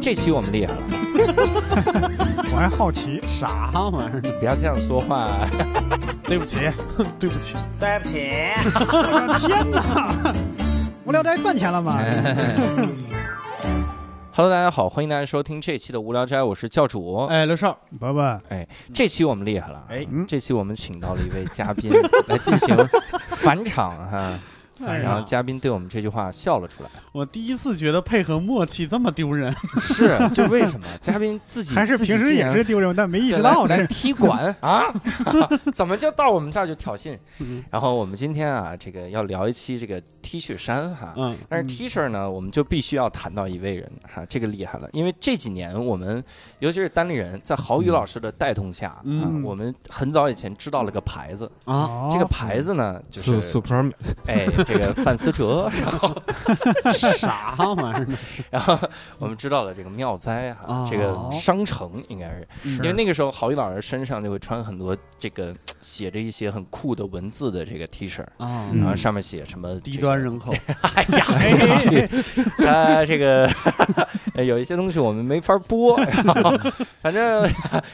这期我们厉害 了，我还好奇，啥玩意儿？不要这样说话。对不起，对不起，对不起，我的哎天哪！无聊斋赚钱了 吗？哎 Hello，大家好，欢迎大家收听这期的无聊斋，我是教主。哎，刘少，伯伯，哎，这期我们厉害了，哎嗯这期我们请到了一位嘉宾 来进行返场哈，哎呀然后嘉宾对我们这句话笑了出来，我第一次觉得配合默契这么丢人。是，就为 什么嘉宾自己还是平时也是丢人，但没意意识到这来是。踢 馆啊， 怎么就到我们这儿就挑衅嗯？然后我们今天啊，这个要聊一期这个 T 恤衫哈，嗯，但是 T 恤呢，我们就必须要谈到一位人哈，这个厉害了，因为这几年我们，尤其是单立人，在郝宇老师的带动下，嗯啊我们很早以前知道了个牌子，啊，这个哦牌子呢就是 Supreme 哎这个范思哲，然后啥玩意儿呢？然后我们知道了这个妙哉哈，哦这个商城应该是，嗯因为那个时候郝宇老师身上就会穿很多这个写着一些很酷的文字的这个 T 恤。啊，然嗯后上面写什么低这个端人口，哎呀，哎 他这个有一些东西我们没法播， 然后反正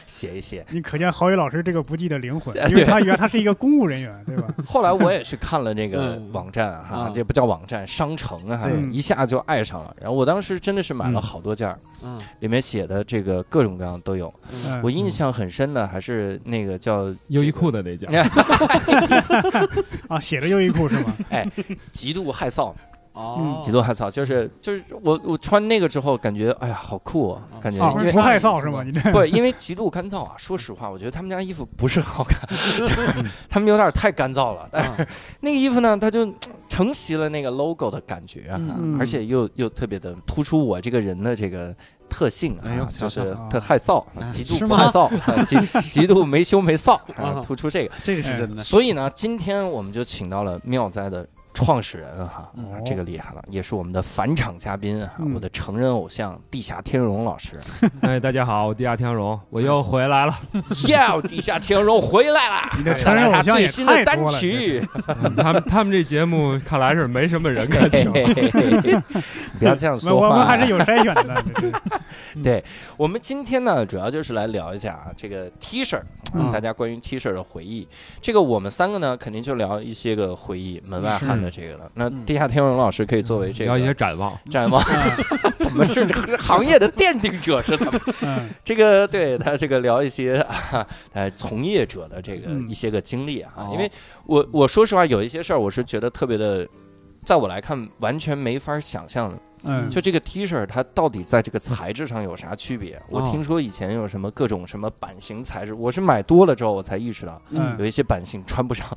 写一写。你可见郝宇老师这个不羁的灵魂哎，因为他原来他是一个公务人员，对吧？后来我也去看了这个嗯网站哈、啊这不叫网站，商城啊对，一下就爱上了。然后我当时真的是买了好多件儿，嗯，里面写的这个各种各样都有。嗯我印象很深的还是那个叫优衣库的那家，啊，写着优衣库是吗？ 极度害臊，哦，极度害臊，就是就是我我穿那个之后感觉哎呀好酷、啊，感觉啊，因为不害臊是吗？你 这不，因为极度干燥啊。说实话，我觉得他们家衣服不是很好看，嗯 他们有点太干燥了。但是那个衣服呢，它就承袭了那个 logo 的感觉啊，嗯而且又又特别的突出我这个人的这个。特性啊，哎呦就瞧瞧是啊特害臊，哎极度是不吗害臊，啊 极极度没羞没臊，啊啊突出这个。这个是真的。所以呢，今天我们就请到了妙哉的创始人哈，嗯哦啊这个厉害了，也是我们的返场嘉宾啊，嗯我的成人偶像地下天荣老师。 哎，大家好，我地下天荣，我又回来了。 哟，地下天荣回来 啦！你的带成人来哎他偶像最也新的太单多了。曲，嗯他们他们这节目看来是没什么人嘿 看，嘿嘿嘿嘿不要这样我说话。啊我们还是有筛选的，这 是对我们今天呢，主要就是来聊一下啊，这个 T 恤，啊嗯大家关于 T 恤的回忆。这个我们三个呢，肯定就聊一些个回忆，门外汉的这个了。那嗯地下天荣老师可以作为这嗯聊一些个展望。展 望，怎么是行业的奠定者是怎么？嗯，这个对他这个聊一些 啊，呃，从业者的这个嗯一些个经历啊，哦因为我我说实话，有一些事儿我是觉得特别的，在我来看完全没法想象的。嗯，就这个 T 恤，它到底在这个材质上有啥区别？我哦听说以前有什么各种什么版型材质，我是买多了之后我才意识到嗯有一些版型穿不上，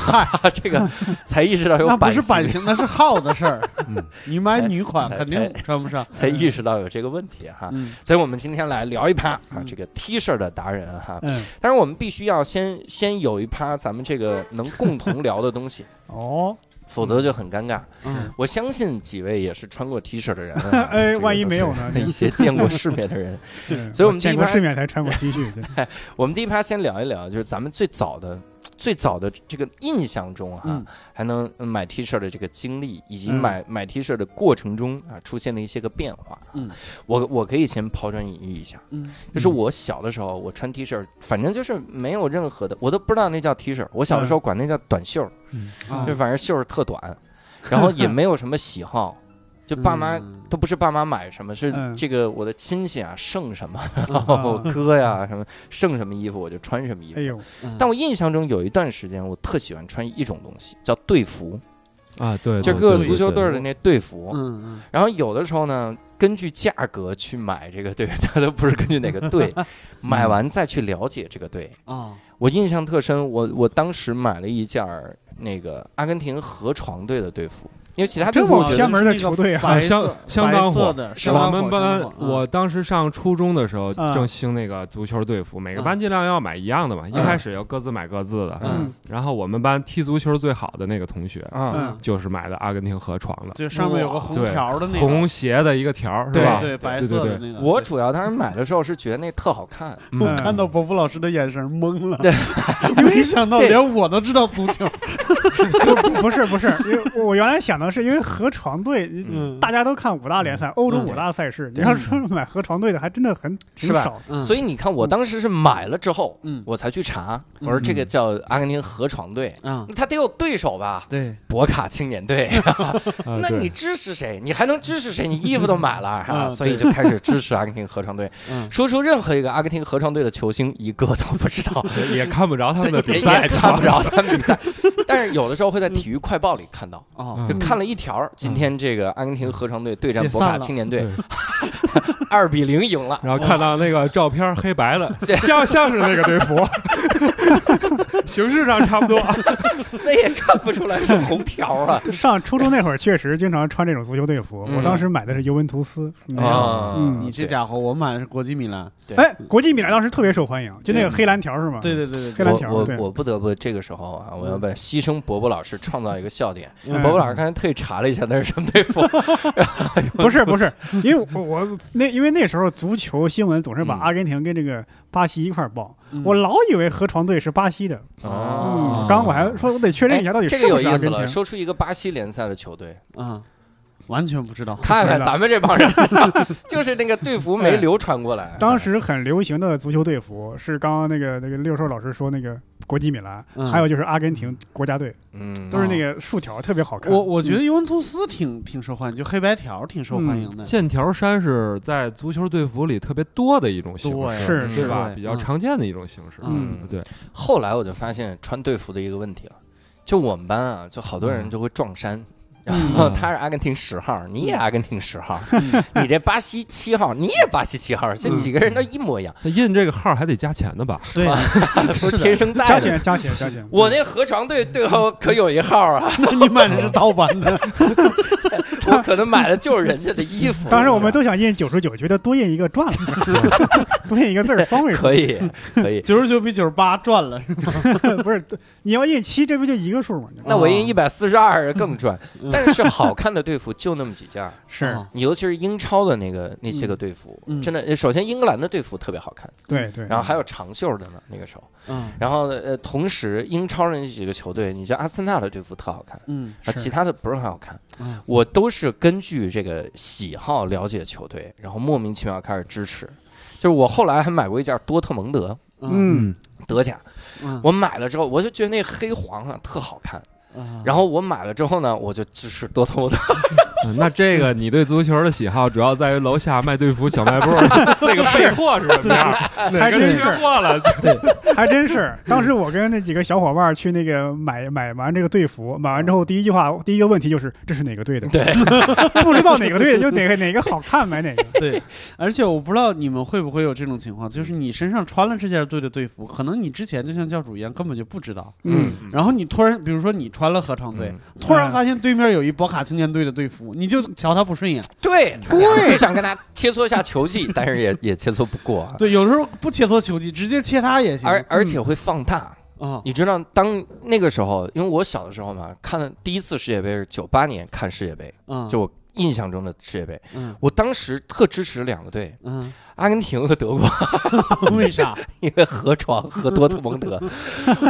这个才意识到有 那不版是型，版型，那是号的事儿。 你买女款才肯定穿不上。才意识到有这个问题哈。嗯，所以我们今天来聊一趴啊嗯，这个 T 恤的达人啊哈。嗯，但是我们必须要先先有一趴咱们这 个能共同聊的东西，哦，否则就很尴尬。嗯，我相信几位也是穿过 T 恤的人啊、这 哎个都是万一没有 呢一些见过世面的 人，嗯所以我们第一见过趴世面才穿过 T 恤，对我们第一趴先聊一聊，就是咱们最早的。最早的这个印象中哈、嗯还能呃买 T 恤的这个经历，以及嗯买、买 T 恤的过程中啊，出现的一些个变化。啊嗯，我我可以先抛砖引玉一下，嗯，就是我小的时候，我穿 T 恤，反正就是没有任何的，我都不知道那叫 T 恤，我小的时候管那叫短袖，啊就反正袖儿特短，然后也没有什么喜好，就爸妈嗯都不是爸妈买什么，是嗯这个我的亲戚啊剩什么， 然后哥呀什么剩什么衣服我就穿什么衣服哎。呦，嗯但我印象中有一段时间，我特喜欢穿一种东西，叫队服，啊，对，就对各个对足球对队儿的那队服。嗯嗯然后有的时候呢，根据价格去买这 个队，他都不是根据哪个队，买完再去了解这个队。啊我印象特深，我我当时买了一件儿那个阿根廷河床队的队服，因为其他队这服我么觉偏得门的球队啊啊，白色相相当白色火。的，是相吧我当火们班相，当火我嗯当时上初中的时候啊正兴那个足球队服，每个啊班尽量要买一样的嘛。一嗯开始要各自买各自的，嗯然后我们班踢足球最好的那个同学啊，嗯，就是买的阿根廷河床的，就上面有个红对条的那个，红鞋的一个条儿是对吧？嗯对，白对色对的那个。我主要当时买的时候是觉得那特好看，我嗯看到伯父老师的眼神懵了 对，没想到连我都知道足球。 不不是不是，因为我原来想的是，因为河床队嗯，大家都看五大联嗯赛，欧洲五大赛事，你要说买河床队的还真的很挺是吧少的。。嗯所以你看，我当时是买了之后，嗯我才去查，我说这个叫阿根廷河床队，啊，他得有对手吧？对，博卡青年队，啊那对你支持谁？你还能支持谁？你衣服都买了 啊，啊所以就开始支持阿根廷合唱队。嗯说出任何一个阿根廷合唱队的球星，一个都不知 道，也看不着他们的比 也赛，也看不着他们比赛。但是有的时候会在嗯体育快报里看到，哦，就看了一条，今天这个阿根廷合唱队对战嗯解博散卡了青年队，二比零赢 了。然后看到那个照片黑白的对， 像像是那个队服， 形式上差不多。那也看不出来是红条啊 上初中那会儿，确实经常穿这种足球队服。嗯我当时买的是尤文图斯，你知道吗啊，嗯你这家伙，我买的是国际米兰，对哎，国际米兰当时特别受欢迎，就那个黑蓝条是吗？对对对黑对蓝条我我对我不得不这个时候啊，我要嗯为牺牲伯伯老师创造一个笑点。嗯伯伯老师刚才特意查了一下，那是什么 队服？不是不是，因为我我那因为那时候足球新闻总是把嗯阿根廷跟这个巴西一块儿报，嗯我老以为河床队是巴西的。哦嗯，刚刚我还说我得确认一下哎到底是这个不有是阿意思根了，廷。说出一个巴西联赛的球 队，啊，完全不知道，看看知道咱们这 帮人，就是那个队服没流传过来。哎哎当时很流行的足球队服是刚刚那个那个六兽老师说那个国际米兰，嗯还有就是阿根廷国家队，嗯，都是那个竖条特别好看。我我觉嗯得尤文图斯挺挺受欢迎，就黑白条挺受欢迎的，线条衫是在足球队服里特别多的一种形对是式，嗯对是吧？对比较嗯常见的一种形式。嗯对，后来我就发现穿队服的一个问题了，就我们班啊，就好多嗯人就会撞 衫。然后他是阿根廷十号，你嗯也阿根廷十号，你这巴西七号，你也巴西七号，嗯这几个人都一模一样，那印这个号还得加钱的吧？对，嗯都是是的天生带加的。钱加钱加钱，我那合床队最后可有一号 啊， 那你买的是盗版的，我可能买的就是人家的衣服。当时我们都想印九十九，觉得多印一个赚了， 多印一个字儿双位数，可以，可以。九十九比九十八赚了，是 吧不是你要印七，这不就一个数吗？那我印一百四十二更赚哦嗯，但是好看的队服就那么几 件儿，是啊你尤其是英超的那个那些个队服，嗯真的，呃首先英格兰的队服特别好看，对对，然后还有长袖的呢，那个时候，嗯然后呃，同时英超的那几个球队，你像阿森纳的队服特好看。嗯啊，是其他的不是很好看嗯，我都是根据这个喜好了解球队，然后莫名其妙开始支持。就是我后来还买过一件多特蒙德嗯嗯，德甲，嗯，我买了之后，我就觉得那黑黄啊特好看，嗯然后我买了之后呢，我就支持多特蒙德。嗯那这个你对足球的喜好主要在于楼下卖队服小卖部 那个备货是什么样？哪还个 真缺是货了？还真是。当时我跟那几个小伙伴去那个买买完这个队服，买完之后第一句话第一个问题就是这是哪个队的？对， 不知道哪个队的就哪个哪个好看买哪个。对，而且我不知道你们会不会有这种情况，就是嗯你身上穿了这件队的队服，可能你之前就像教主一样根本就不知道，嗯，然后你突然，比如说你穿了合唱队，嗯突然发现对面有一博卡青年队的队服，你就瞧他不顺眼。对对，就想跟他切磋一下球技，但是也也切磋不过啊。对，有时候不切磋球技，直接切他也行。而而且会放大，啊，你知道，当那个时候，因为我小的时候嘛，看的第一次世界杯是九八年看世界杯，嗯，就我印象中的世界杯，嗯我当时特支持两个队， 嗯，阿根廷和德国，为啥？因为河床和多特蒙德，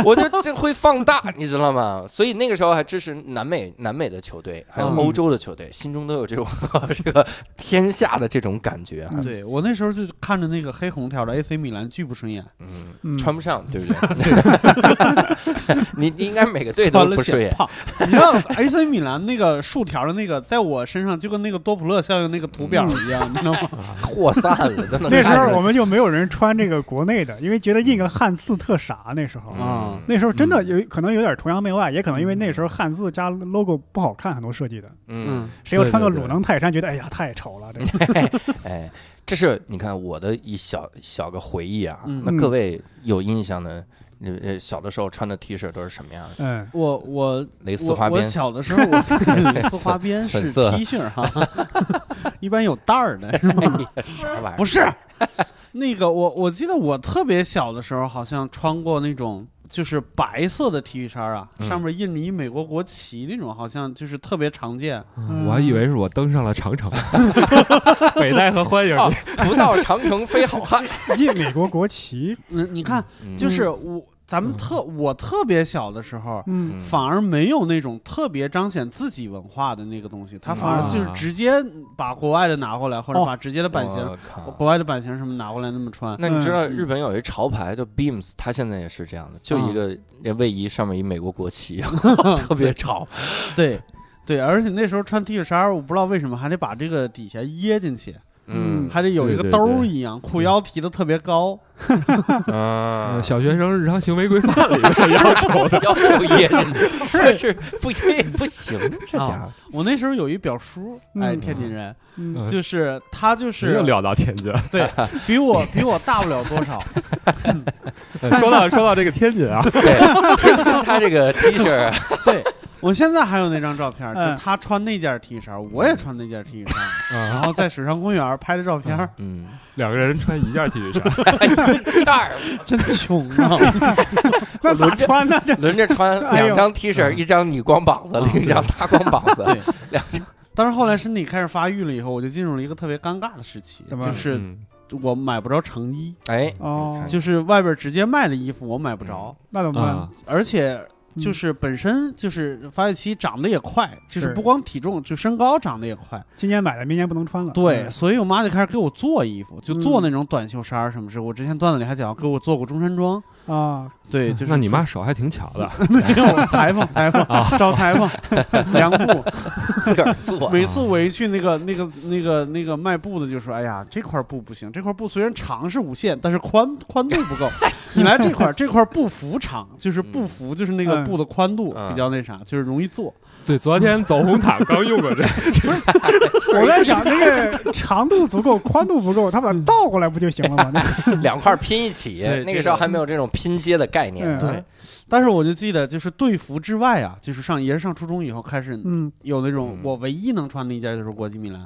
我就这会放大，你知道吗？所以那个时候还支持南美南美的球队，还有嗯欧洲的球队，心中都有这种 这个天下的这种感觉啊，对我那时候就看着那个黑红条的 AC 米兰巨不顺眼，嗯。嗯穿不上，对不对？你你应该每个队都穿了不顺显眼。胖。你知道 AC 米兰那个竖条的那个，在我身上就跟那个多普勒效应那个图表一样，你知道吗？ 扩散了，真的。那时候我们就没有人穿这个国内的，因为觉得印个汉字特傻。那时候，啊，嗯那时候真的有可能有点崇洋媚外，也可能因为那时候汉字加 logo 不好看，很多设计的。嗯，，谁要穿个对对对鲁能泰山，觉得哎呀太丑了，这嗯个 哎，这是你看我的一小小个回忆啊。嗯那各位有印象的，呃呃，小的时候穿的 T 恤都是什么样的？嗯，我我蕾丝我花我边，小的时候，我蕾丝花 边是粉色 T 恤哈， 一般有带儿的， 哎啥玩意儿？不是，那个我我记得我特别小的时候，好像穿过那种就是白色的 T 恤衫啊，嗯上面印着一美国国旗那种，好像就是特别常见。嗯我还以为是我登上了长 城，北戴河欢迎哦，不到长城非好汉。印美国国旗，嗯，你看，嗯 就是我。咱们特我特别小的时候，嗯嗯反而没有那种特别彰显自己文化的那个东西，他反而就是啊直接把国外的拿过来，或者哦把直接的版型、我靠国外的版型什么拿过来那么 穿。那你知道日本有一潮牌叫 Beams，它现在也是这样的，就一个那卫衣上面一美国国旗， 特别潮。对， 对，而且那时候穿 T 恤衫儿，我不知道为什么还得把这个底下掖进去，嗯还得有一对个对兜儿对嗯一样，裤腰提的特 别高。啊。呃，小学生日常行为规范里边要求的要求掖进去，这是不掖不行，啊这家伙。我那时候有一表叔，哎，嗯天津 人，嗯，就是他就是又聊到天津， 对比我比我大不了多少， 说到说到这个天津啊， 对，天津他这个 T 恤儿啊，对。我现在还有那张照片，就嗯他穿那件 T 恤衫，我也穿那件 T 恤衫，然啊，后在水上公园拍的照片儿，嗯，两个人穿一件 T 恤 衫，这儿嗯真穷啊！ 那咋穿呢？ 这轮着穿哎呦两张 T 恤儿，一张你光膀子，另一张他光膀子。对但是后来身体开始发育了以后，我就进入了一个特别尴尬的时期，怎么就是嗯我买不着成衣，哎，哦，就是外边直接卖的衣服我买不着，那怎么办啊？，而且嗯就是本身就是发育期长得也快，就是是不光体重，就身高长得也快。今年买的，明年不能穿了。对，嗯，所以我妈就开始给我做衣服，就做嗯那种短袖衫儿什么事。我之前段子里还讲，给我做过中山装。啊，对，就是那你妈手还挺巧的，没有裁缝，裁缝找裁缝量布。自个儿做，每次我一去那个那个那个那个卖布的，就说：“哎呀，这块布不行，这块布虽然长是无限，但是宽宽度 不够。你来这块儿，这块不服长，就是不服，就是那个嗯布的宽度嗯比较那啥，就是容易做。 对，昨天走红毯刚用过这，我在想那个长度足够，宽度不够，他把它倒过来不就行了吗？那两块儿拼一起对。那这个时候个还没有这种拼接的概念。啊嗯对，但是我就记得，就是队服之外啊，就是上也是上初中以后开始嗯，有那种嗯我唯一能穿的一件就是国际米兰，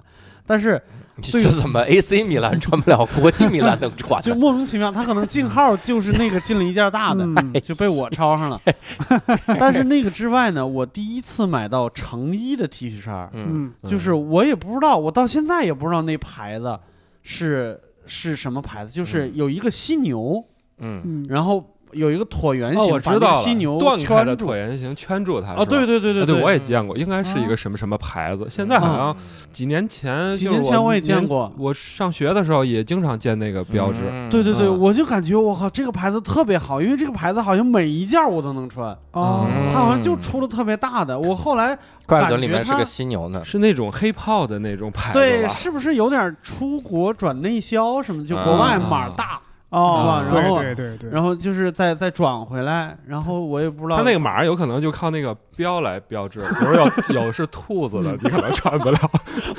但是你这怎么 AC 米兰穿不了，国际米兰能穿 就嗯呢？莫名其妙，他可能进号就是那个进了一件大的，哎嗯 就被我抄上了。 但是那个之外呢，我第一次买到成衣的 T 恤衫儿，嗯，嗯就是我也不知道，我到现在也不知道那牌子是是什么牌子，就是嗯有一个犀牛，嗯，嗯，然后有一个椭圆哦，形，我把知那个道了，犀牛断开圈的住椭。圆形圈住它啊，对对对对对对，我也见过，应该是一个什么什么牌子，现在好像几年前，几就是年前我我也见年嗯过我上学的时候也经常见那个标志，嗯对对对，嗯我就感觉我靠，这个牌子特别好，因为这个牌子好像每一件我都能穿，哦，嗯它好像就出了特别大的。我后来怪不得里面是感觉个它犀牛呢。是那种黑炮的那种牌子对，吧？是不是有点出国转内销什么？就国外码大，哦啊，对然后对对对，然后就是再再转回来，然后我也不知道它那个码儿有可能就靠那个标来标志，比如有有是兔子的，你可能穿不了；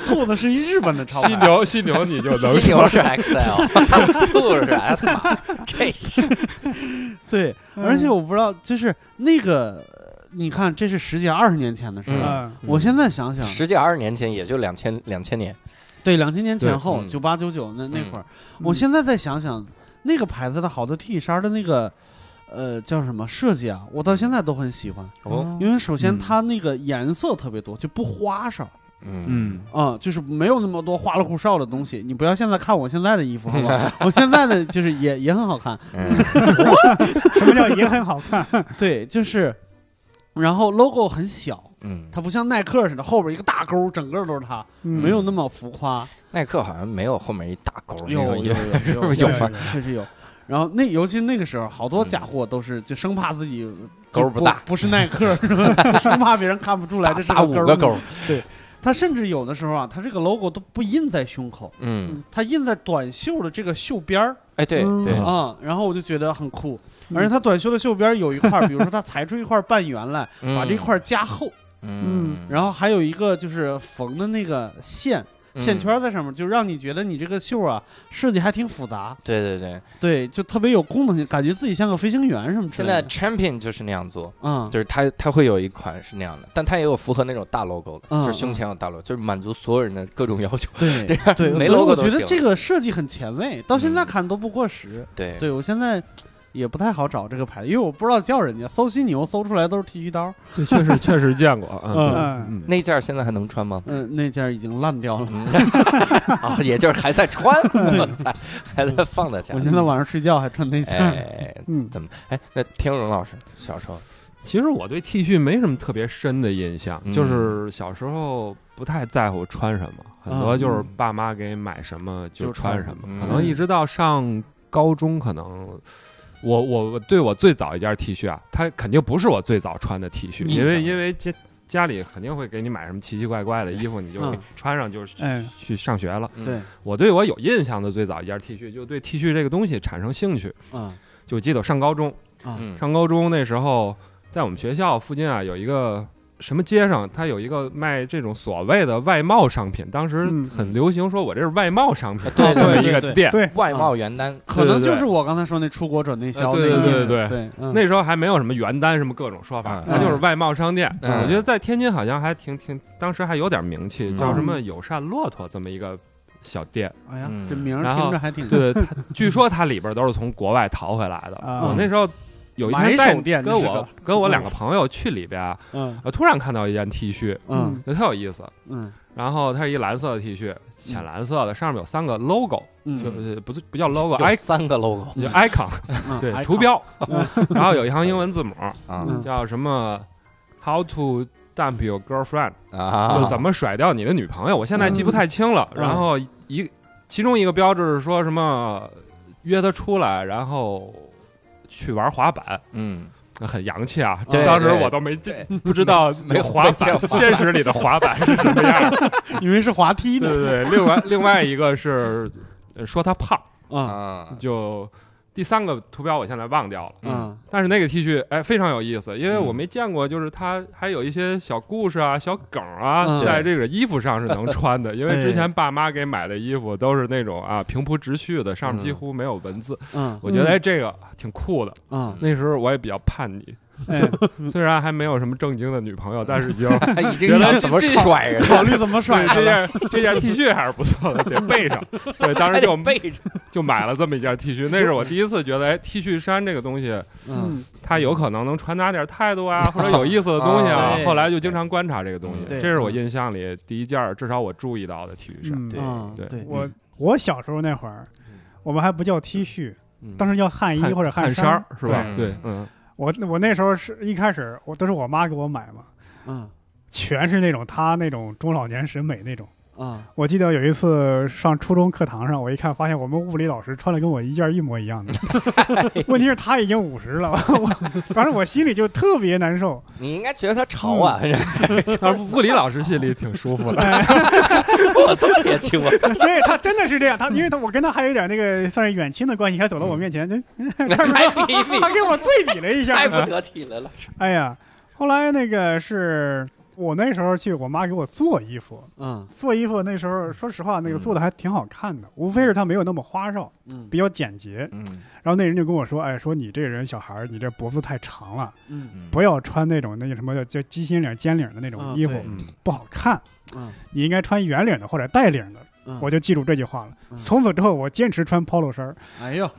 兔子是一日 本的潮犀牌，牛犀牛你就能犀牛穿。是 XL，兔子是 S 码，这是对，嗯而且我不知道，就是那个，你看这是十几二十年前的事儿了。嗯 我现在想想，十几二十年前，也就两千两千年。对，两千年前后，对嗯九八九九那那会儿，嗯我现在再想想，那个牌子的好多 T 恤衫的那个，呃，叫什么设计啊？我到现在都很喜欢，哦，因为首先嗯它那个颜色特别多，就不花哨嗯嗯，啊、就是没有那么多花里胡哨的东西。你不要现在看我现在的衣服，好 吧？我现在的就是也也很好看，嗯什么叫也很好看？对，就是，然后 logo 很小，嗯，它不像耐克似的后边一个大勾，整个都是它，嗯没有那么浮夸。耐克好像没有后面一大勾，那有个有是不有是有有吗？确实有。然后那尤其那个时候，好多假货都是就生怕自己勾儿不大，不是耐克，是吧 生怕别人看不出来这是大五个个勾。，它甚至有的时候啊，它这个 logo 都不印在胸口，嗯，它印在短袖的这个袖边儿哎，对嗯对，啊、然后我就觉得很酷。嗯而且它短袖的袖边儿有一块儿，比如说它裁出一块半圆来，嗯把这块儿加厚，嗯，然后还有一个就是缝的那个线后线圈，在上面，就让你觉得你这个袖啊设计还挺复杂。对对对，对，就特别有功能性，感觉自己像个飞行员什么之现类的。在 Champion 就是那样做。嗯，就是它，它会有一款是那样的，但它也有符合那种大 logo 的，嗯就是胸前有大 logo，就是满足所有人的各种要求。对对对，没所以 logo 我都觉得行这个设计很前卫，到现在看都不过时。对，对我现在。也不太好找这个牌子，因为我不知道叫人家，搜犀牛搜出来都是剃须刀。 对确实确实见过，嗯嗯那件儿现在还能穿吗？嗯，那件已经烂掉了，嗯 啊，也就是还在 穿，哇塞，还在放在家我。现在晚上睡觉还穿那件。哎，嗯怎么？哎，那天荣老师小时候，啊其实我对 T 恤没什么特别深的印象，嗯就是小时候不太在乎穿什么，很嗯多就是爸妈给买什么就穿什么，嗯可能一直到上高中，可能我我我对我最早一件 T 恤啊，它肯定不是我最早穿的 T 恤，嗯因为因为家家里肯定会给你买什么奇奇怪怪的衣服，你就嗯穿上就是去嗯去上学了。嗯对，，我对我有印象的最早一件 T 恤，就对 T 恤这个东西产生兴趣，嗯就记得我上高中。嗯嗯上高中那时候，在我们学校附近啊，有一个什么街上，它有一个卖这种所谓的外贸商品，当时嗯很流行，说我这是外贸商品，对这么啊对一个对店。对外贸原单，可能对对就对是我刚才说那出国转内销呃那对个意思。对对对，嗯那时候还没有什么原单，什么各种说法嗯，它就是外贸商店。嗯我觉得在天津好像还挺挺，当时还有点名气，嗯叫什么友善骆驼这么一个小店。哎呀嗯，这名儿然后听着还挺对，它据说它里边都是从国外逃回来的。啊我那时候有一嗯天买在手店跟这是我个跟我两个朋友去里边啊，嗯我突然看到一件 T 恤，嗯特有意思。嗯然后它是一蓝色的 T 恤，嗯浅蓝色的，上面有三个 logo，就嗯，呃不是不叫 logo，i 有三个 logo 就 icon，嗯对还图靠标嗯，然后有一行英文字母啊嗯叫什么 How to dump your girlfriend，啊，就怎么甩掉你的女朋友，我现在记不太清了。嗯然后一其中一个标志是说什么约她出来，然后去玩滑板。嗯，很洋气啊！对当时对我都没对不知道没滑板没见，过现实里的滑板是什么样的。以为是滑梯 对呢。对对，另外另外一个是呃说他胖，嗯啊，就第三个图标我现在忘掉了。嗯嗯但是那个 T 恤哎非常有意思，因为嗯我没见过，就是它还有一些小故事啊、小梗啊，嗯在这个衣服上是能穿的。因为对之前爸妈给买的衣服都是那种啊平铺直叙的，上面几乎没有文字。嗯我觉得哎这个挺酷的。 嗯，那时候我也比较叛逆，哎虽然还没有什么正经的女朋友，但是已经他已经想怎么甩人了，考虑怎么甩对它这 了。件这件 T 恤还是不错的，得备上。所以当 时还就得背着，就买了这么一件 T 恤，那是我第一次觉得，哎，T 恤衫这个东西，嗯，它有可能能传达点态度啊，或者有意思的东西啊啊对。后来就经常观察这个东西，对这是我印象里第一件，至少我注意到的 T 恤衫。嗯对嗯对对，我我小时候那会儿，我们还不叫 T 恤，嗯当时叫汗衣或者汗衫儿儿。是吧？对对，嗯，我我那时候是一开始我都是我妈给我买嘛，嗯全是那种她那种中老年审美那种。嗯我记得有一次上初中课堂上，我一看发现我们物理老师穿的跟我一件一模一 样的，问题是他已经五十了， 我反正我心里就特别难受。你应该觉得他潮啊，嗯但是物理老师心里挺舒服的。我这么年 轻吗？对他真的是这样，他因为他我跟他还有点那个算是远亲的关系，还走到我面前，就还比一 比他，跟我对比了一下， 太不得体了，老师。哎呀，后来那个是我那时候去我妈给我做衣服，嗯做衣服那时候说实话，那个嗯做的还挺好看的，无非是她没有那么花哨，嗯比较简洁。嗯然后那人就跟我说：“哎，说你这个人小孩儿，你这脖子太长了，嗯不要穿那种那个什么叫鸡心领、尖领的那啊种衣服对，嗯，不好看。嗯你应该穿圆领的或者带领的。”嗯，我就记住这句话了。嗯从此之后，我坚持穿 polo 衫儿，哎呦，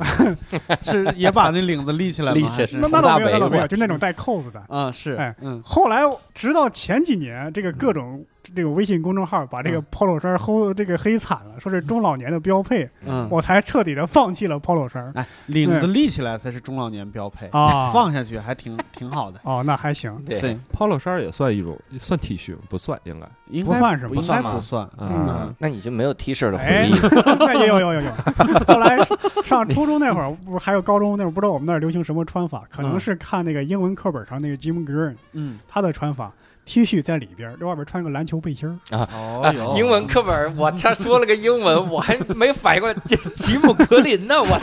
是也把那领子立起来吗，立起来还是那头大那倒没有，围那倒没有，过就那种带扣子的。啊是，哎嗯后来直到前几年，这个各种这个微信公众号把嗯这个 polo 衫儿齁这个黑惨了，说是中老年的标配，嗯，我才彻底的放弃了 polo 衫儿。哎，领子立起来才是中老年标配啊 放下去还挺挺好的，哦，那还行，对，对， polo 衫儿也算一种，算 T 恤吗不算应该应不该算是不不应算该吗不算，啊嗯那你就没有 T 恤的回哎忆，那也有有有有。后来上初中那会儿，不是还有高中那会儿，不知道我们那儿流行什么穿法，可能是看那个英文课本上那个 Jim Green 嗯，他的穿法，T 恤在里边儿，这外边穿个篮球背心儿。啊哦哟，英文课本儿，我这说了个英文，我还没反应过来，这 吉姆格林呢， 我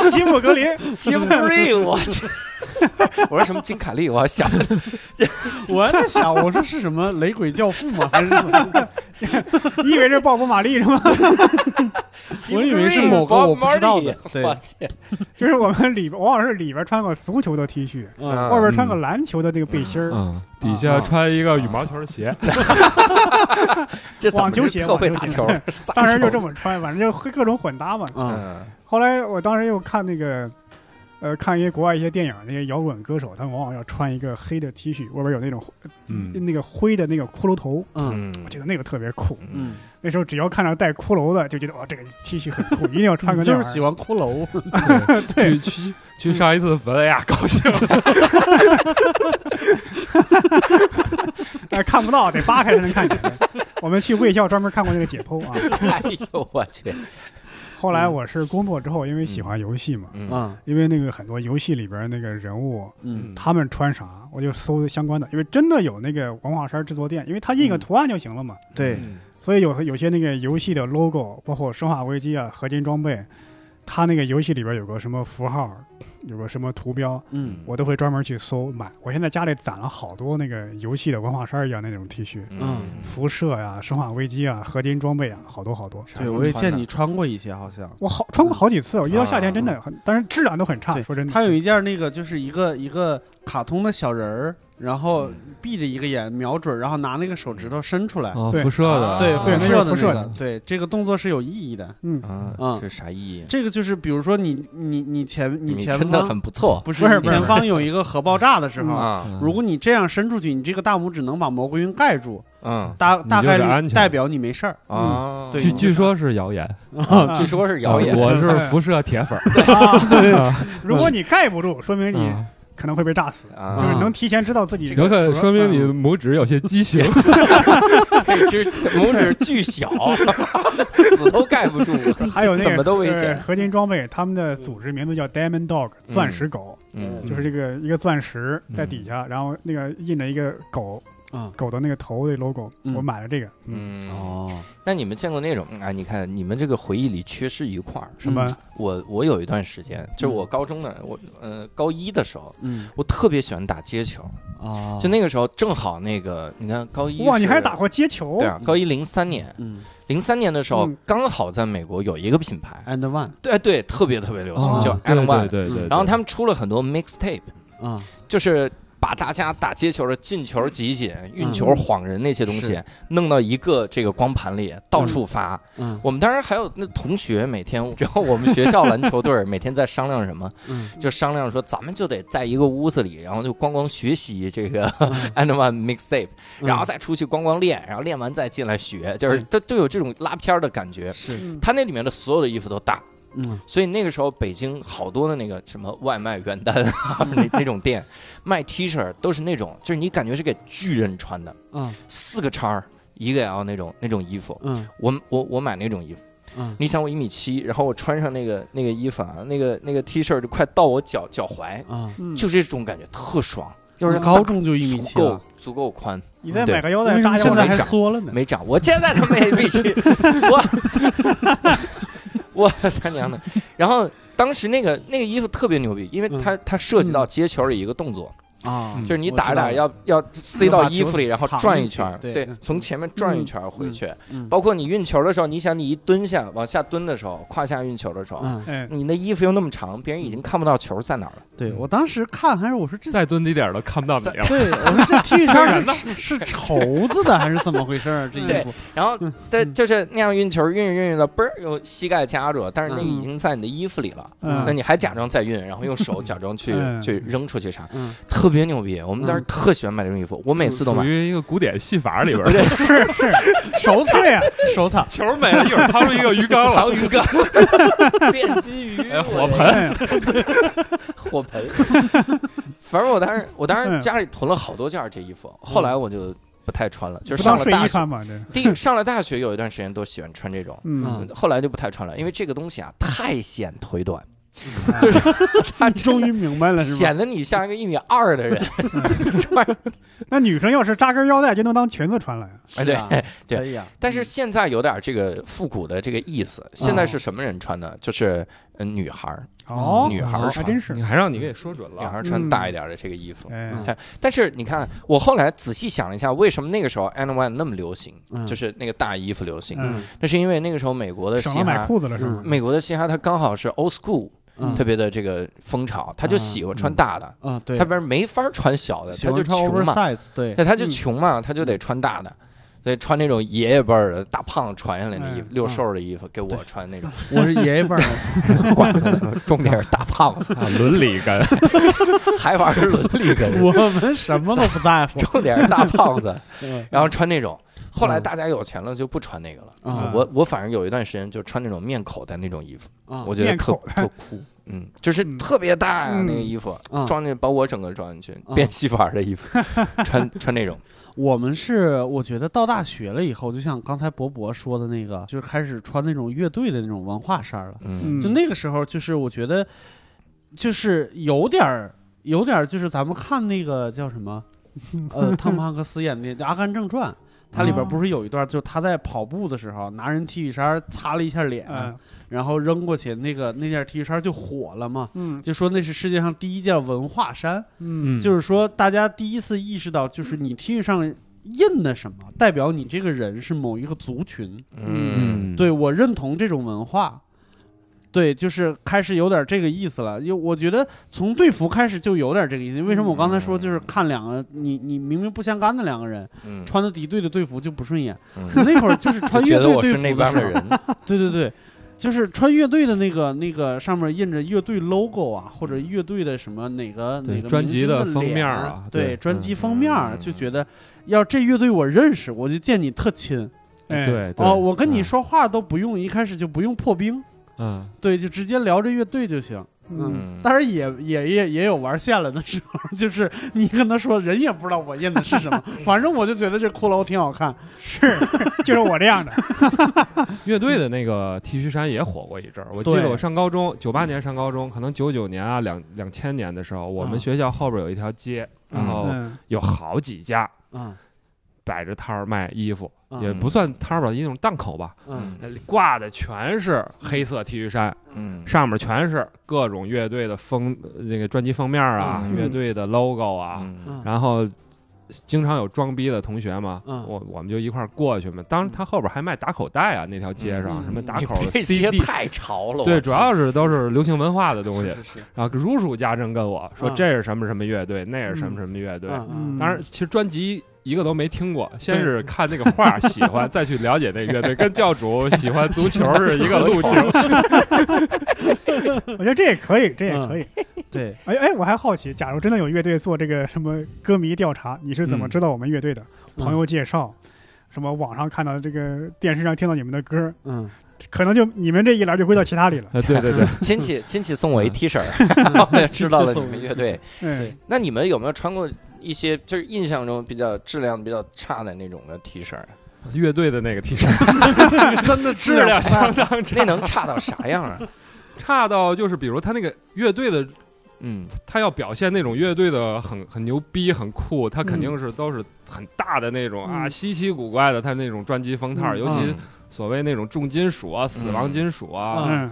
天，吉姆格林，吉姆格林，我 去，我说什么金凯利，我想我在想，我说是什么雷鬼教父吗？还是什么？你以为是鲍勃·马利是吗？吉姆 我以格为林，是某个我不知道的 Bob，对 Marley，我去， 就是我们里边，往往是里边穿个足球的 T 恤，啊外边穿个篮球的这个背心儿，嗯，底下穿一个羽毛球鞋，这怎么网球鞋是特会网打球球鞋，撒当时球嗯就这么穿，反正就各种混搭嘛。啊嗯后来我当时又看那个，呃，看一些国外一些电影，那些摇滚歌手，他们往往要穿一个黑的 T 恤，外边有那种、嗯那个灰的那个骷髅头，嗯嗯我觉得那个特别酷。嗯，那时候只要看到带骷髅的，就觉得哇，哦这个 T 恤很酷，一定要穿个那 就是玩意喜儿欢骷髅，去去去上一次坟，哎呀，高兴。但是看不到，得扒开才能看见。我们去卫校专门看过那个解剖 啊。 哎呦我去，后来我是工作之后，因为喜欢游戏嘛，嗯嗯因为那个很多游戏里边那个人物，嗯他们穿啥，我就搜相关的，因为真的有那个文化衫制作店，因为他印个图案就行了嘛。嗯对，嗯嗯所以有有些那个游戏的 logo，包括《生化危机》啊、合金装备，它那个游戏里边有个什么符号，有个什么图标，嗯我都会专门去搜买。我现在家里攒了好多那个游戏的文化衫一样那种 T 恤，嗯，辐射呀、生化危机啊、合金装备啊，好多好多。啥对，时候我也穿的见你穿过一些，好像。我好穿过好几次，我一到夏天啊真的很，但是质量都很差。对说真的，他有一件那个，就是一个一个卡通的小人儿，然后嗯闭着一个眼瞄准，然后拿那个手指头伸出来，哦，对辐射的，哎对啊辐对那射是的辐射那的个，对这个动作是有意义的。嗯，啊嗯，这啥意义？这个就是比如说你你你前你前真的方很不错不不是是你不是前方有一个核爆炸的时候，嗯啊，如果你这样伸出去，你这个大拇指能把蘑菇云盖住，嗯大大概你就是安率全代表你没事儿。啊，嗯对据据说是谣言，啊据说是谣言，我是辐射铁粉儿。啊如果你盖不住，说明你嗯可能会被炸死，啊， 就是能提前知道自己有可死能了说明你嗯拇指有些畸形， 这拇指巨小， 死都盖不住。还有那个怎么都危险呃合金装备，他们的组织名字叫 Diamond Dog，钻石狗，嗯就是这个一个钻石嗯在底下，然后那个印着一个狗嗯狗的那个头的 logo，嗯我买了这个嗯，哦，那你们见过那种啊？你看你们这个回忆里缺失一块儿。什么我我有一段时间，就是我高中的我呃高一的时候，嗯我特别喜欢打街球。哦就那个时候正好那个，你看高一哇，你是还打过街球对？啊？高一零三年，嗯零三年的时候嗯刚好在美国有一个品牌， ，and one 对对，特别特别流行，哦叫对 Alan One 嗯对。对对，对然后他们出了很多 mixtape，啊，就是把大家打接球的进球、集锦、运球、晃人那些东西是弄到一个这个光盘里，到处发。嗯我们当然还有那同学每天，然后我们学校篮球队儿每天在商量什么，嗯就商量说咱们就得在一个屋子里，然后就光光学习这 个 a n d m a n mixtape，嗯然后再出去光光练，然后练完再进来学，就是都都有这种拉片儿的感觉。是嗯他那里面的所有的衣服都大，嗯所以那个时候北京好多的那个什么外卖原单啊， 那那种店卖 T 恤都是那种，就是你感觉是给巨人穿的，嗯四个叉儿一个 L 那种那种衣服。嗯我我我买那种衣服，嗯你想我一米七，然后我穿上那个那个衣服啊，那个那个 T 恤就快到我脚脚踝，嗯，嗯就这种感觉特爽。要是高中就一米足七嗯够了，足够宽，你再对买个腰带为什么扎一下现我在的还长缩了呢。没长。我现在他妈也一米 七，我我他娘的！然后当时那个那个衣服特别牛逼，因嗯为它它涉及到接球的一个动作，啊，就是你我打着知道打着了要要塞要到把衣球服里，然后藏转进一去圈儿，对对嗯，从前面转一圈儿回嗯去。嗯包括你运球的时候，你想你一蹲下往下蹲的时候，胯下运球的时候，嗯，哎， 你那衣服又那么长，别人已经看不到球在哪儿了。对我当时看还是我说这，再蹲低点儿都看不到你哎了。对我说这 T 恤是是绸子的还是怎么回事儿？这衣对服， 然后嗯对，就是那样运球，运着运着的，嘣儿用膝盖夹住，但是那嗯已经在你的衣服里了。嗯那你还假装在运，然后用手 假装去嗯去扔出去啥，嗯，特别牛逼。我们当时嗯特喜欢买这种衣服，我每次都 属买。于一个古典戏法里边儿，是是，手对呀，手哎擦，球没了，一会儿掏出一个鱼缸来，鱼缸、变金鱼、哎火盆哎火盆。反正我当时，我当时家里囤了好多件儿这衣服，后来我就嗯不太穿了，就不是上当了睡大衣学，穿嘛，这第一上了大学有一段时间都喜欢穿这种，嗯嗯，后来就不太穿了，因为这个东西啊太显腿短，哎就是它 终于明白了是 吧？啊显得你像一个一米二的人 穿。那女生要是扎根腰带就能当裙子穿了呀，哎，是对啊，对可以啊，但是现在有点这个复古的这个意嗯思。现在是什么人穿的？就是呃女孩儿，哦，女孩儿还穿真是你，还让你给说准女孩了。儿穿大一点的这个衣服。哎，嗯但是你看，我后来仔细想了一下，为什么那个时候 N One 那么流行，嗯就是那个大衣服流行，嗯那是因为那个时候美国的省嘻了买哈，裤子了是吗？美国的嘻哈它刚好是 old school 嗯特别的这个风潮，他就喜欢穿大的，啊，对，他不是没法穿小的，喜他欢就穿穷嘛， oversize，对，对，他就穷嘛，他就得穿大的。所以穿那种爷爷辈儿的大胖子传下来的衣服，嗯六兽的衣服给我穿那种，我是爷爷辈儿的，管他重点是大胖子，啊，伦理跟还玩伦理根， 我们什么都不在 乎。重点是大胖子，嗯然后穿那种。后来大家有钱了就不穿那个了。啊我我反正有一段时间就穿那种面口袋那种衣服，啊我觉得面特口特酷。嗯，就是特别大呀、嗯那个衣服，嗯装进把我整个装进去，嗯变戏法儿的衣服， 穿穿那种。我们是，我觉得到大学了以后，就像刚才博博说的那个，就是开始穿那种乐队的那种文化衫了。嗯就那个时候，就是我觉得，就是有点儿，有点儿，就是咱们看那个叫 什么，呃，汤姆汉克斯演的《阿甘正传》，它里边哦不是有一段，就他在跑步的时候拿人 T 恤衫擦了一下脸，嗯然后扔过去，那个那件 T 恤衫就火了嘛。嗯就说那是世界上第一件文化衫，嗯就是说大家第一次意识到，就是嗯你 T 恤上印的什么，代表你这个人是某一个族群。嗯，对我认同这种文化，对，就是开始有点这个意思了。因为我觉得从队服开始就有点这个意思。为什么我刚才说就是看两个你你明明不相干的两个人嗯穿的敌对的队服就不顺眼，嗯，那会儿就是 穿就觉乐得队我队是服那边的的时候人。对对对，就是穿乐队的那个那个上面印着乐队 logo 啊，或者乐队的什么哪个嗯对哪个专明辑星的的封脸面啊对对专辑封面儿嗯就觉得要这乐队我认识，我就见你特亲哎对对哦，我跟你嗯说话都不用一开始就不用破冰，嗯，对，就直接聊这乐队就行。嗯嗯当然也也也也有玩线了的时候， 就是你跟他说人也不知道我印的是什 么，反正我就觉得这骷髅挺好看。是，就是我这样的，乐队的那个 T 恤衫也火过一阵儿。我记得对我上高中，九八年上高中，可能九九年啊，两两千年的时候，我啊们学校后边有一条街，嗯然后嗯有好几家嗯摆着摊儿卖衣服，嗯也不算摊儿吧，一种档口吧，嗯嗯挂的全是黑色 T 恤衫，嗯上面全是各种乐队的封呃那个专辑封面啊，嗯乐队的 logo 啊，嗯嗯然后经常有装逼的同学嘛，嗯我我们就一块儿过去嘛。当然，他后边还卖打口袋啊，那条街上、嗯什么打你口的这些 CD，太潮了，我对，去主要是都是流行文化的东西。是是然后如数家珍跟我说嗯这是什么什么乐队，那是什么什么乐队。嗯嗯嗯当然，其实专辑。一个都没听过，先是看那个画儿喜欢，再去了解那乐队，跟教主喜欢足球是一个路径。 我觉得这也可以，这也可以。嗯对，哎哎，我还好奇，假如真的有乐队做这个什么歌迷调查，你是怎么嗯知道我们乐队的？嗯朋友介绍，什么网上看到这个，电视上听到你们的歌，嗯。可能就你们这一栏就归到其他里了。呃对对对， 亲戚亲戚送我一 T 恤儿，我也知道了你们乐队。嗯，那你们有没有穿过一些就是印象中比较质量比较差的那种的 T 恤儿？乐队的那个 T 恤真的 质量相当差，那能差到啥样啊？差到就是比如他那个乐队的嗯他要表现那种乐队的很很牛逼、很酷，嗯他肯定是都是很大的那种、嗯啊，稀奇古怪的，他那种专辑封套，嗯尤其所谓那种重金属啊、死亡金属啊，嗯嗯，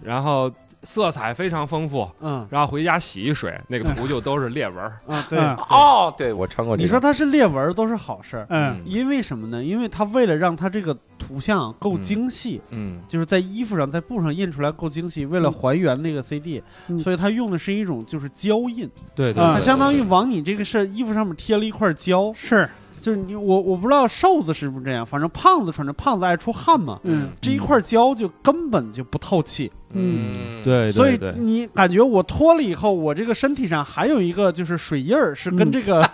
然后色彩非常丰富，嗯然后回家洗一水，那个图就都是裂纹儿。啊，嗯对，哦，对我穿过这你个。说它是裂纹儿都是好事儿，嗯因为什么呢？因为它为了让它这个图像够精细，嗯就是在衣服上、在布上印出来够精细，为嗯了还原那个 CD，、嗯所以它用的是一种就是胶印，对嗯它啊相当于往你这个是衣服上面贴了一块胶，是，就是你我我不知道瘦子是不是这样，反正胖子穿着胖子爱出汗嘛。嗯这一块胶就根本就不透气，嗯，对所以对对，你感觉我脱了以后，我这个身体上还有一个就是水印儿，是跟这个、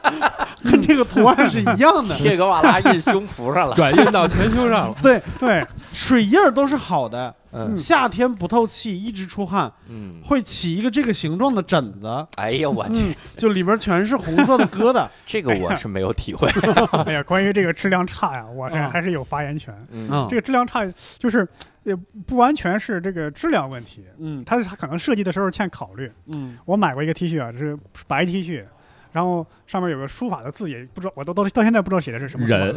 跟这个图案是一样的。。嗯 切格瓦拉印胸脯上了。转印到前胸上了对，对，水印儿都是好的。嗯夏天不透气，一直出汗，嗯，会起一个这个形状的疹子，哎呀，我去，嗯，就里边全是红色的疙瘩。这个我是没有体会。哎呀，关于这个质量差呀，我这啊还是有发言权。嗯这个质量差就是也不完全是这个质量问题，嗯它它可能设计的时候欠考虑。嗯我买过一个 T 恤啊，是白 T 恤，然后上面有个书法的字，也不知道我都到到现在不知道写的是什么。 人，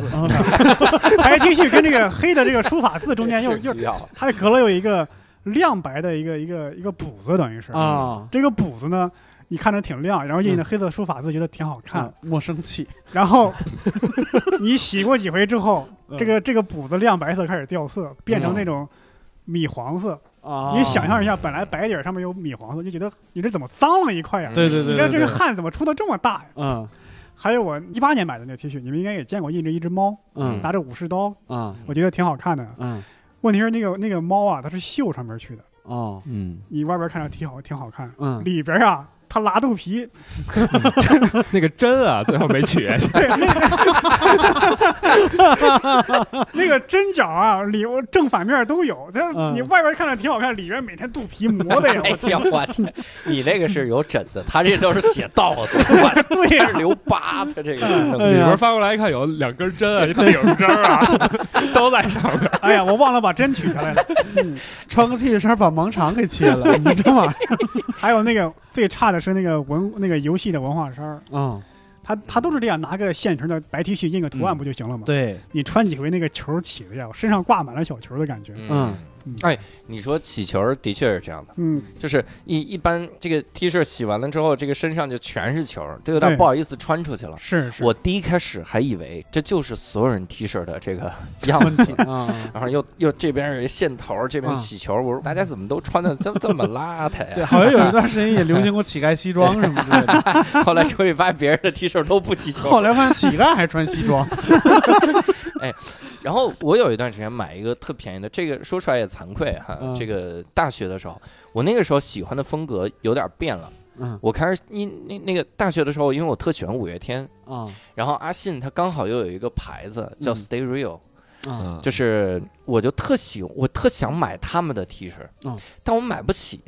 白 T 恤跟这个黑的这个书法字 中间又是又需，要它隔了有一个亮白的一个一个一个补子，等于是。嗯啊，嗯这个补子呢，你看着挺亮，然后印的黑色书法字，觉得挺好看。啊莫生气。然 后你洗过几回之后，嗯这个这个补子亮白色开始掉色，变成那种米黄色。啊，你想象一下，本来白底儿上面有米黄色，就觉得你这怎么脏了一块呀？对对你对这对这个对，汗怎么出的这么大呀？嗯还有我一八年买的那个 T 恤，你们应该也见过，印着一只猫，嗯拿着武士刀，啊我觉得挺好看的。嗯问题是那个那个猫啊，它是袖上面去的，哦嗯，你外边看着挺好，挺好看，嗯里边啊。它拉肚皮，那个 针啊，最后没取下去。那个针脚啊，里正反面都有。但是嗯你外边看着挺好看，里边每天肚皮 磨的呀，哎呀，我天！你那个是有疹子，他这都是血道子， 我对这呀、是留疤，他这个是弄嗯哎里的呀边翻过来一看，有两根针啊，一大影针啊，都在上面。哎呀，我忘了把针取下来了。穿个 T 恤衫把盲肠给切了，你这玩意还有那个最差的是那个文那个游戏的文化衫儿，儿啊，它它都是这样，拿个现成的白 T 恤印个图案嗯不就行了吗？对，你穿几回那个球起的呀，我身上挂满了小球的感觉。嗯嗯，哎，你说起球的确是这样的，嗯，就是一一般这个 T 恤洗完了之后，这个身上就全是球，这有点对不好意思穿出去了。是是，我第一开始还以为这就是所有人 T 恤的这 个样子，啊，然后又又这边有一线头，这嗯边起球，我说大家怎么都穿的这么这么邋遢对，呀？好像有一段时间也流 行过乞丐西装什么之类的，后来出去发现别人的 T 恤都不起球 后，来发现乞丐还穿西装， 然后我有一段时间买一个特便宜的，这个说出来也惭愧哈、嗯这个大学的时候，我那个时候喜欢的风格有点变了。嗯我开始因那那个大学的时候，因为我特喜欢五月天，啊然后阿信他刚好又有一个牌子叫嗯 Stay Real，、啊嗯就是我就特喜我特想买他们的 T 恤，嗯但我买不起，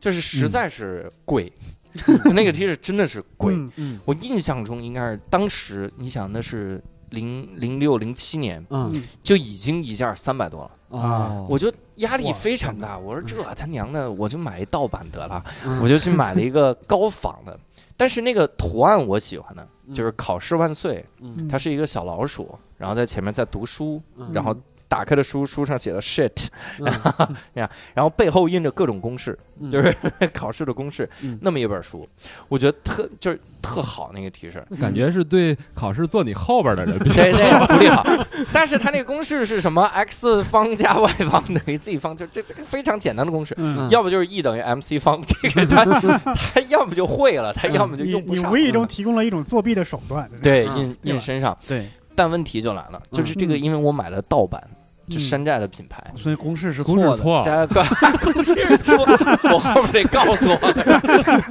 就是实在是贵， 那个 T 恤真的是贵。嗯嗯我印象中应该是当时你想那是零零六零七年，嗯就已经一件三百多了。啊，我就压力非常大，我说嗯这他娘的，我就买一盗版得了，嗯我就去买了一个高仿的，但是那个图案我喜欢的，嗯就是考试万岁，嗯它是一个小老鼠，然后在前面在读书，嗯然后打开的书书上写的 shit，嗯然后背后印着各种公式， 嗯就是考试的公式嗯，那么一本书，我觉得特就是特好那个 T 恤。嗯感觉是对考试坐你后边的人比较谁谁福利好，但是它那个公式是什么？x 方加 y 方等于 z 方，就这这个非常简单的公式，嗯，要不就是 E 等于 MC 方， 这个他 他要么就会了，他要么就你用不你上。嗯无意中提供了一种作弊的手段。对啊印对吧印身上，对，但问题就来了，就是这个，嗯因为我买了盗版，就嗯山寨的品牌。所以公式是公式错的，错哦大，家哥，公司说， 我后面得告诉我，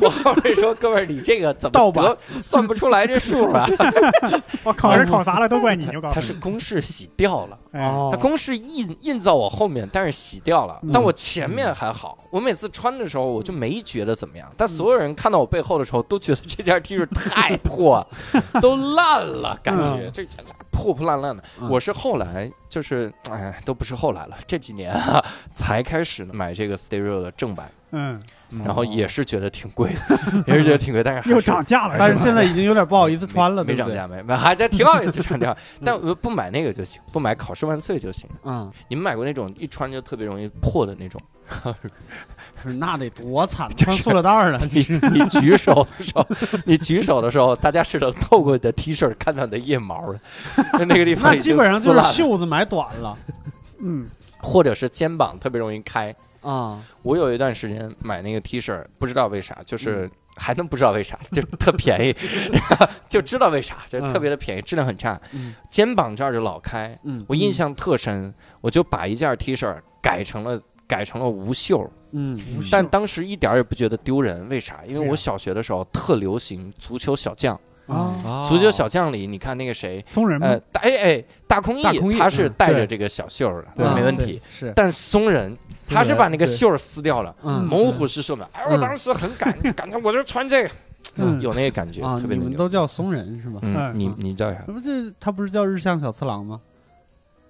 我 后面说，哥们儿，你这个怎么盗版得算不出来这数啊？我考试考砸了，都 怪 你！我告它诉是你，公式洗掉了，哎哦它公式印印在我后面，但是洗掉了嗯。但我前面还好，我每次穿的时候我就没觉得怎么嗯样，但所有人看到我背后的时候都觉得这件 T 恤太破， 都烂了，感觉嗯这这这破破烂烂的。嗯我是后来就是哎，都不是后来了，这几年啊才开始买这个 Stereo 的正版。嗯，哦然后也是觉得挺贵的， 也是觉得挺贵，但是 还又是涨价了，但是吧现在已经有点不好意思穿了，没没对不涨对？价，没没还在挺好意思涨价，但我不买那个就行，不买考试万岁就行。嗯，你们买过那种一穿就特别容易破的那种？ 是那得多惨，穿塑料袋儿了，你你举手的时候， 你举手的时候，大家是能透过你的 T 恤看到你的腋毛的，就 那个地方那已基经本上撕就是烂了，袖子买短 了嗯，或者是肩膀特别容易开。啊，我有一段时间买那个 T 恤，不知道为啥，嗯就是还能不知道为啥，就特便宜， 就知道为啥，就特别的便宜，质量很差嗯，肩膀这儿就老开。嗯，我印象特深，我就把一件 T 恤改成了。改成了无袖，嗯，嗯袖但当时一点儿也不觉得丢人，为啥？因为为啥我小学的时候特流行足球小将，嗯啊，哦足球小将里你看那个谁，松人呃嘛，，大哎哎，大空大翼，空翼他是带着对这个小袖儿的，对没问对题。是，但松人，他是把那个袖儿撕掉了，嗯猛虎式射秒，哎，我当时很感感觉，我就穿这个，嗯有那个感觉，啊，特你别的们牛。都叫松人是吧？嗯，嗯你你叫啥？那不是他不是叫日向小次郎吗？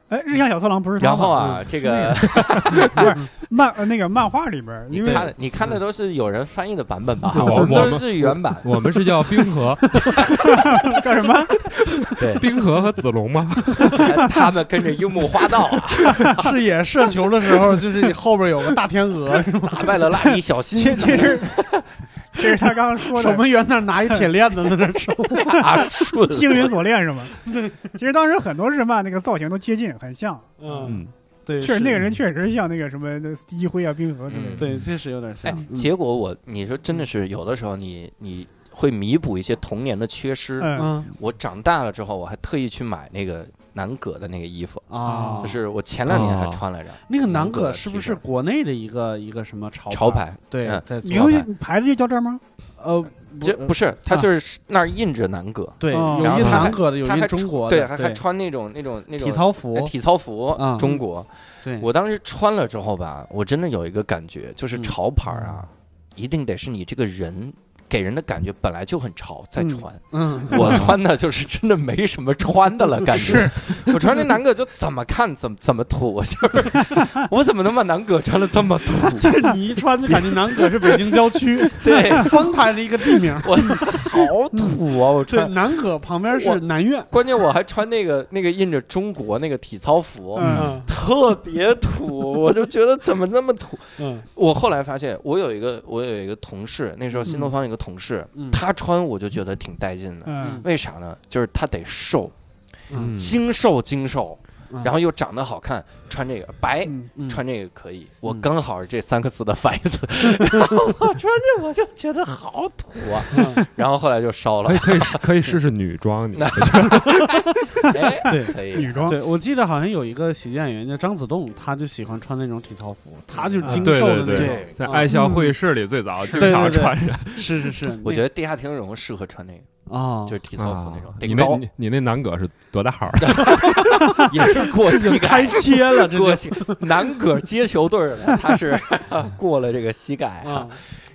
哎，日向小次郎不是他吗然后啊，这个 漫呃那个漫画里边，因你为看你看的都是有人翻译的版本吧？对我我们都们是原版。我们是叫冰 河，叫什么？冰河和子龙吗？他们跟着樱木花道啊， 视野射球的时候，就是你后边有个大天鹅，是吧打败啊了蜡笔小其新，其实其实他刚刚说守的门员那儿拿一铁链子在那儿 抽，阿 顺《星云锁链》是吗？对，其实当时很多日漫那个造型都接近，很像。嗯，嗯，对，确实，是那个人确实像那个什么那一辉啊、冰河之类的。嗯对，确实有点 哎像，，嗯结果我你说真的是有的时候你你会弥补一些童年的缺失。嗯嗯我长大了之后，我还特意去买那个南葛的那个衣服，啊，就是我前两年还穿来着，那个南葛是不是国内的一个一个什么潮潮？牌。对嗯，在以做后明白牌子就叫这儿吗？呃，这不是，它就是那儿印着南葛，对，哦有然后印他还南葛的，有他还印中国的，对，对，还还穿那种那种那种体操哎服，体操服啊，中国。对，我当时穿了之后吧，我真的有一个感觉，就是嗯潮牌啊，一定得是你这个人给人的感觉本来就很潮再嗯穿。嗯， 我穿的就是真的没什么穿的了，感觉。我穿那南哥就怎么看怎么怎么土，我就是 我怎么能把南哥穿的这么土？这你一穿就感觉南葛是北京 郊区，对，丰台的一个地名。我好土啊！我对，穿，南葛旁边我是南苑，关键我还穿那个那个印着中国那个体操服，嗯，特别土，我就觉得怎么那么土。嗯我后来发现，我有一个我有一个同事，那时候新东方有个同事，嗯他穿我就觉得挺带劲的。嗯为啥呢？就是他得瘦，嗯，精瘦精瘦，嗯然后又长得好看，穿这个白。嗯嗯穿这个可以，我嗯刚好是这三个字的反义 词，然后我穿着我就觉得好土啊， 嗯然后后来就烧了可以，可以 试可以试试女装，你那哎，对可以，女装，对，我记得好像有一个喜剧演员叫张子栋，他就喜欢穿那种体操服，他就是精对瘦的对那对种。在爱笑会议室里最早经常穿着，是是是， 我觉得得地下停容适合穿那个，啊就，是体操服那种，啊得你那高你你那南葛是多大号？也是过 这膝就盖开，切了，这就过膝南葛接球队儿的，他 是过了这个膝盖啊 啊，，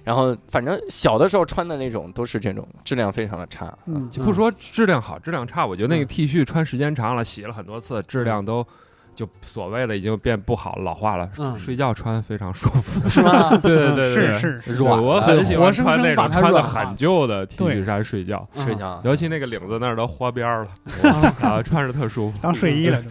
然后反正小的时候穿的那种都是这种质量非常的差，啊嗯，就不说质量好，质量差，我觉得那个 T 恤穿时间长了，洗了很多次，质量都就所谓的已经变不好了，老化了。嗯睡觉穿非常舒 服，是吧？对对对是对，是是，软我了很喜欢穿活那生生把种它穿的软化很旧的 T 恤衫睡觉，睡觉尤其那个领子那儿都花边儿了，啊啊，穿着特舒服。当睡衣了，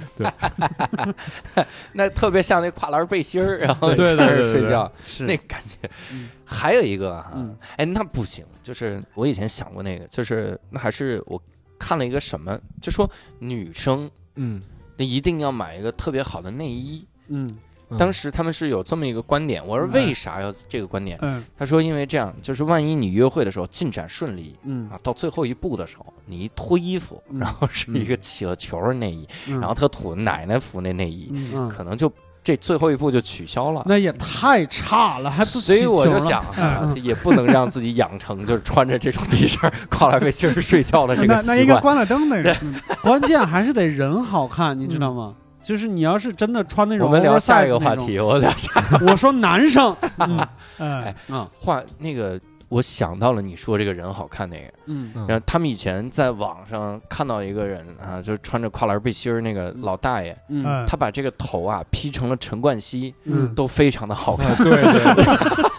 那特别像那跨栏背心儿，然后对对对开始对睡对觉，是那感觉嗯。还有一个哈嗯，哎，那不行，就是我以前想过那个，就是那还是我看了一个什么，就说女生嗯，那一定要买一个特别好的内衣。嗯嗯当时他们是有这么一个观点，我说为啥要这个观点？嗯他说因为这样，就是万一你约会的时候进展顺利嗯啊，到最后一步的时候，你一脱衣服，嗯然后是一个起了球的内衣，嗯，然后特土奶奶服那内衣，嗯，嗯，可能就这最后一步就取消了。那也太差了，还不所以起我球就了想，啊，这也不能让自己养成就是穿着这种 T 恤、跨栏背心儿睡觉的这个那那习应该惯。关了灯的，嗯关键还是得人好看，你知道吗？就是你要是真的穿那种，我们聊下一个话。题，我聊下我说 男生，嗯嗯嗯话那个，我想到了你说这个人好看那个，嗯然后他们以前在网上看到一个人啊，就是穿着跨栏背心儿那个老大爷，嗯嗯，他把这个头啊 P 成了陈冠希，嗯，都非常的好看，啊，对对，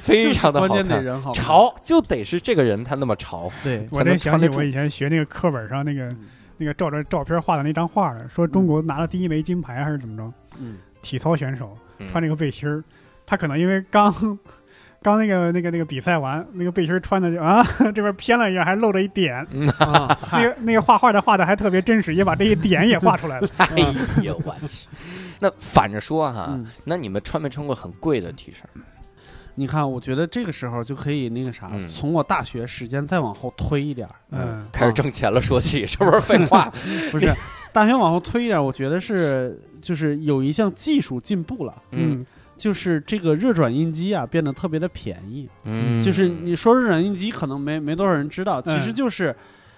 非常的关好键得看。人好看，潮就得是这个人他那么潮，对，我真想起我以前学那个课本上那个那个照着照片画的那张画了，说中国拿了第一枚金牌还是怎么着？嗯体操选手嗯穿那个背心儿，他可能因为刚刚那个那个那个比赛完，那个背心儿穿的就啊 这边偏了一下，还露着一点。啊，那嗨个那个画画的画的还特别真实，也把这一点也画出 来了。哎呦我去！啊那反着说哈、嗯那你们穿没穿过很贵的 T 恤？你看，我觉得这个时候就可以那个啥嗯，从我大学时间再往后推一点儿，呃嗯，开始挣钱了，说起是不是废话？ 不是大学往后推一点儿，我觉得是就是有一项技术进步了，嗯就是这个热转印机啊变得特别的便宜，嗯就是你说热转印机，可能没没多少人知道，其实嗯就是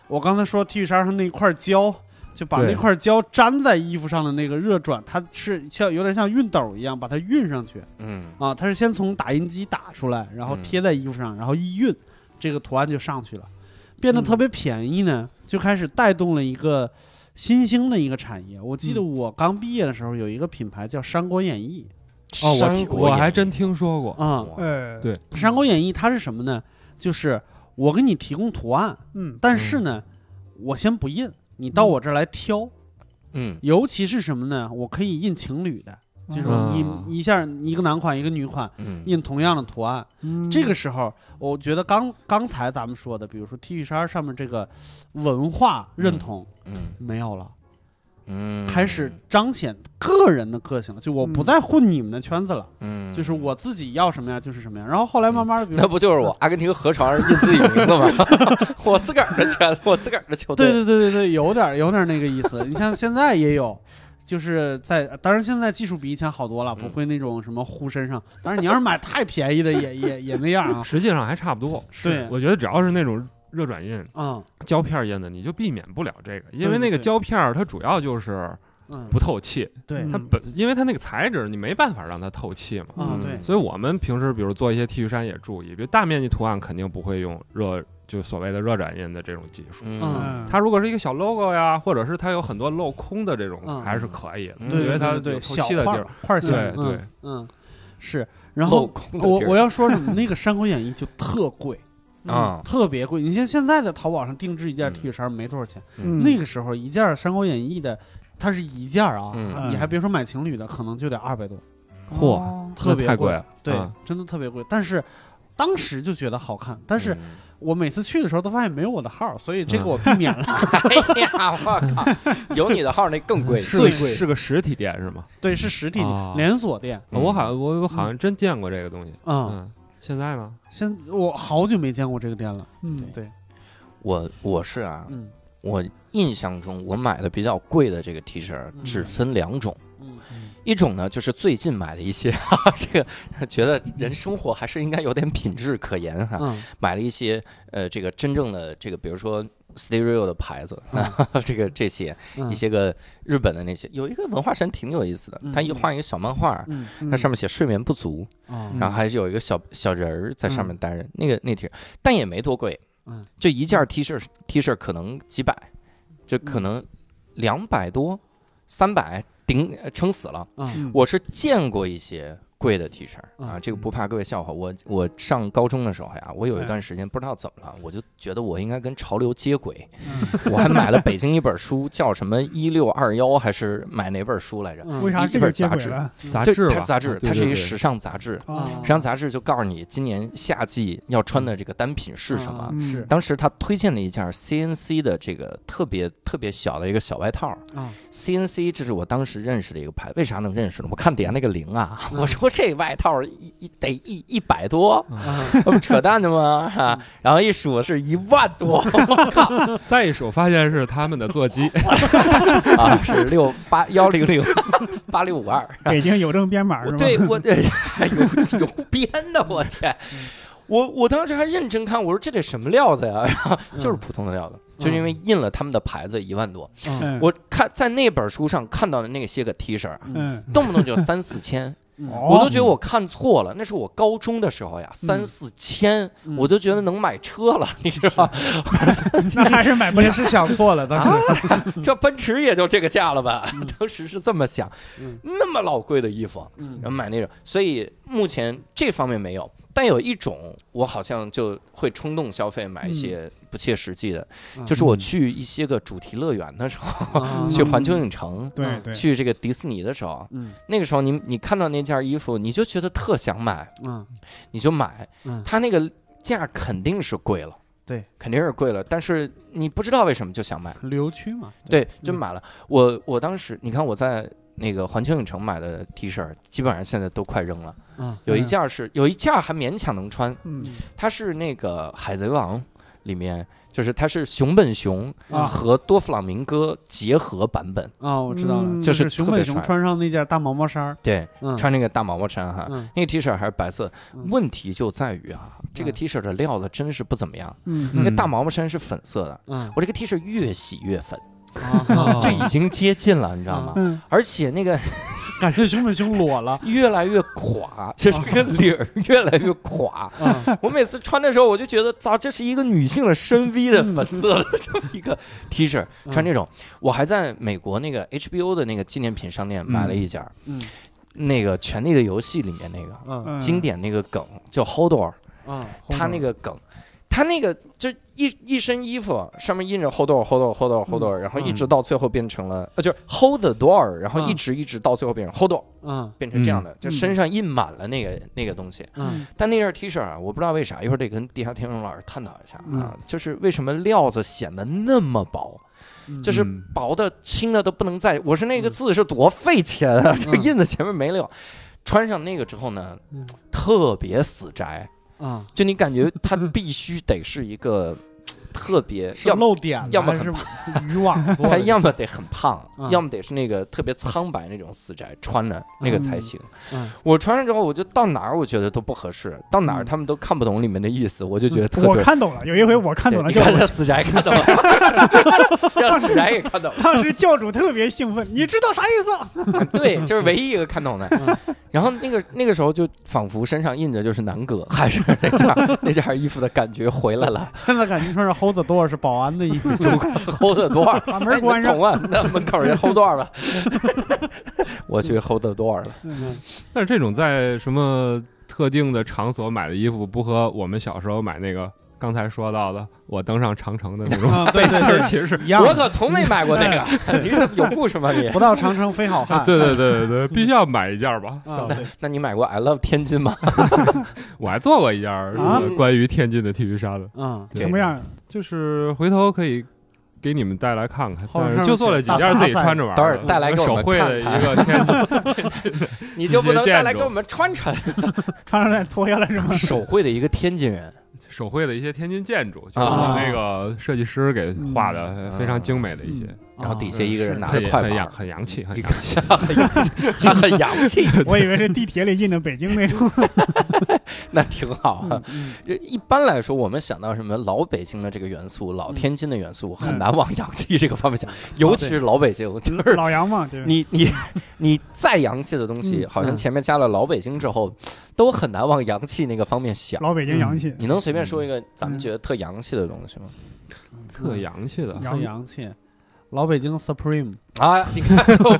我刚才说 T 恤衫上那块胶，就把对那块胶粘在衣服上的那个热转，它是像有点像熨斗一样把它熨上去嗯啊，它是先从打印机打出来，然后嗯贴在衣服上，然后一熨，这个图案就上去了，变得嗯特别便宜呢，就开始带动了一个新兴的一个产业。我记嗯得我刚毕业的时候，有一个品牌叫《三国演义 哦，山我国我还演真听说过》，啊，哇呃，对《三国演义》它是什么呢？就是我给你提供图案，嗯但是呢，我先不印，你到我这儿来挑。嗯尤其是什么呢？我可以印情侣的，这嗯种印一下一个男款一个女款，嗯印同样的图案。嗯这个时候，我觉得刚刚才咱们说的，比如说 T 恤衫上面这个文化认同嗯没有了，嗯，开始彰显个人的个性了，就我不再混你们的圈子了，嗯，就是我自己要什么样就是什么样。然后后来慢慢的，比如 那不就是我阿根廷河床上印自己名 字吗？ 我自个儿的钱，我自个儿的球对队。对对对对，有点儿有点儿那个意思。你像现在也有，就是在当然现在技术比以前好多了，不嗯会那种什么呼身上。当然你要是买太便宜的也也也那样啊。实际上还差不多。对，我觉得只 要是那种热转印、嗯胶片印的，你就避免不了这个，因对为那个对胶片儿它主要就是嗯，不透气，对嗯它本因为它那个材质你没办法让它透气嘛。啊对嗯，所以我们平时比如做一些 T 恤衫也注意，比如大面积图案肯定不会用热，就所谓的热转印的这种技术。嗯，它如果是一个小 logo 呀，或者是它有很多镂空的这种，嗯还是可以的，嗯因为对它对有对，透小气的地块儿儿。块儿对型，对，嗯嗯是。然镂后空的我地儿我要说什么？那个《山口演义》就特 贵，啊特别贵。你像现在在淘宝上定制一件嗯 T 恤衫没多少钱，嗯那个时候一件《山口演义》的，它是一件儿啊，嗯你还别说买情侣的，可能就得二百多，嚯哦特那别太贵了，对，嗯真的特别贵。但是当时就觉得好看，但是嗯我每次去的时候都发现没有我的号，所以这个嗯我避免了。 哎呀，我靠，有你的号那更贵。是个最贵是个实体店是吗？对，是实体啊店连锁店，嗯我好像我我好像真见过这个东西。嗯，嗯，现在呢？现我好久没见过这个店了，嗯对，我我是啊，嗯我印象中我买的比较贵的这个 T 恤嗯只分两种，嗯一种呢就是最近买的一些， 哈哈，这个觉得人生活还是应该有点品质可言啊哈，嗯买了一些呃这个真正的这个，比如说 Stereo 的牌子，嗯哈哈，这个这些嗯，一些个日本的那些，有一个文化衫挺有意思的，嗯他一画一个小漫画，嗯它上面写睡眠不足，啊然后还有一个小小人儿在上面担任、那个那 T 恤，但也没多贵，嗯，就一件 T 恤 T 恤可能几百，就嗯可能两百多、三百顶呃撑死了。嗯嗯我是见过一些贵的 T 恤嗯啊，这个不怕各位笑话。我我上高中的时候呀，我哎有一段时间不知道怎么了，我就觉得我应该跟潮流接轨，嗯我还买了北京一本书，叫什么一六二幺还是买哪本书来着？嗯为啥一这本个接杂轨志了？杂嗯对志它吧，啊是杂志，对它是一对个对哦时尚杂志。啊时尚杂志就告诉你今年夏季要穿的这个单品是什么啊。嗯是当时他推荐了一件 CNC 的这个特别特别小的一个小外套啊，CNC 这是我当时认识的一个牌，为啥能认识呢？我看底下那个零啊， 嗯我说这外套一一得一一百多，啊我们扯淡的吗？哈，然后一数是一万多再一手发现是他们的 座机，啊，是六八幺零 零八六五二，北京邮政编码我是吗？对我这有有编的，我天！我我当时还认真看，我说这得什么料子呀？然后 嗯就是普通的料子，就是因为印了他们的牌子一万多。嗯，我看在那本书上看到的那些个 T 恤啊，嗯，动不动就三四千， 嗯我哦都觉得我看错了。那是我高中的时候呀，三四千，嗯我都觉得能买车了，你知道吗？那还是买不你了。是想错了，当时这奔驰也就这个价了吧嗯？当时是这么想嗯，那么老贵的衣服，嗯然后买那种，所以目前这方面没有，但有一种我好像就会冲动消费买一些不切实际的，嗯就是我去一些个主题乐园的时候，啊去环球影城， 对对，去这个迪士尼的时候，嗯那个时候你你看到那件衣服，你就觉得特想买，嗯你就买嗯，它那个价肯定是贵了，对，肯定是贵了，但是你不知道为什么就想买。留区嘛，对，嗯真买了。我我当时，你看我在那个环球影城买的 T 恤，基本上现在都快扔了。嗯有一件儿是有一件儿还勉强能穿，嗯它是那个《海贼王》里面，就是它是熊本熊啊和多弗朗明哥结合版本。啊，我知道了，嗯就是熊特别本熊帅穿上那件大毛毛衫儿，对，嗯，穿那个大毛毛衫哈，嗯那个 T 恤还是白色。嗯问题就在于啊，这个嗯 T 恤的料子真是不怎么样。嗯那个嗯大毛毛衫是粉色的，嗯我这个 T 恤越洗越粉，啊，这已经接近了，你知道吗？嗯，而且那个感觉熊本熊裸了越来越垮，就是这个领儿越来越 垮。啊，我每次穿的时候，我就觉得，操，这是一个女性的深 V 的粉嗯色的这么一 个 T 恤，穿这种。我还在美国那个 HBO 的那个纪念品商店买了一件儿，嗯那个《权力的游戏》里面那个 嗯嗯经典那个梗叫 Hodor，啊，他那个梗。他那个就一一身衣服上面印着 hold door hold door hold door hold 嗯 door，然后一直到最后变成了呃，就是 hold the door，然后一直一直到最后变成 hold door，嗯变成这样的，就身上印满了那个那个东西。嗯但那件 T 恤啊，我不知道为啥，一会儿得跟地下听众老师探讨一下啊嗯，就是为什么料子显得那么薄，嗯就是薄的轻的都不能再，我是那个字是多费钱啊，这个 印在前面没料。穿上那个之后呢嗯，特别死宅，啊，就你感觉它必须得是一 个特别，是要么漏点了要么还很是渔网做它的，要么得很胖，嗯要么得是那个特别苍白那种死宅，穿着那个才行。嗯我穿上之后，我就到哪儿我觉得都不合适，到哪儿他们都看不懂里面的意思，我 就觉得特嗯我对。看懂了，有一回我看懂了对教你看主，这死宅看懂了，让死宅也看懂了。当时教主特别兴奋，你知道啥意思？对，就是唯一一个看懂的。嗯 然后那个那个时候就仿佛身上印着就是南哥，还是那件那件衣服的感觉回来了，现在感觉穿着猴子多是保安的衣服， 齁的多儿，把哎门你们关上。懂啊？那门口人齁多儿了， 我去齁的多儿了。嗯但是这种在什么特定的场所买的衣服，不和我们小时候买那个刚才说到的我登上长城的那种啊，对背 对心儿，对，其实是。一样我的，可从没买过那哎个，你怎么 有故事吗你？不到长城非好汉，对对对对对，必须要买一件儿吧！啊，对那你买过 I love 天津吗？我还做过一件儿啊呃关于天津的 T 恤衫的，嗯，什么样？就是回头可以给你们带来看看，后但上是就做了几件儿自己穿着玩儿的。等会儿带来给我手们绘看的看一个天津，你就不能带来给我们穿 穿？穿上来脱下来 是吗？手绘的一个天津人，手绘的一些天津建筑，就是啊那个设计师给画的非常精美的一些，然后底下下一个嗯人拿着很快很板嗯洋，很洋气，很洋气。他很洋气，我以为是地铁里印的北京那种。 那挺好嗯啊。一般来说，我们想到什么老北京的这个元素、嗯老天津的元素，很难往洋气这个方面想，尤啊其是老北京，就是老杨嘛，对吧？你你你再洋气的东西，嗯好像嗯前面加了老北京之后，都很难往洋气那个方面想。老北京嗯洋气，你能随便说嗯一个咱们觉得特洋气的东西吗？嗯特洋气的，很洋气，老北京 Supreme 啊，你看，就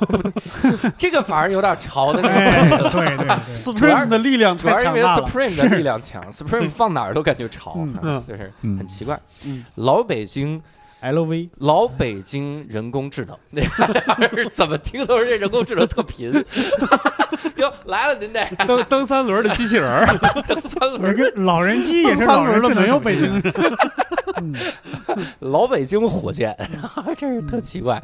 这个反而有点潮的那哎，个。对对 对， Supreme 的力量主要太是因强为大了， Supreme 的力量强，Supreme 放哪儿都感觉潮，嗯啊就是嗯很奇怪。嗯老北京，LV 老北京人工智能， 怎么听都是这人工智能特贫。 哟，来了您得蹬蹬三轮的机器人儿，蹬三轮我儿，跟老人机也是三老轮人的智能没有北京人，老北京火 箭，这是特奇怪。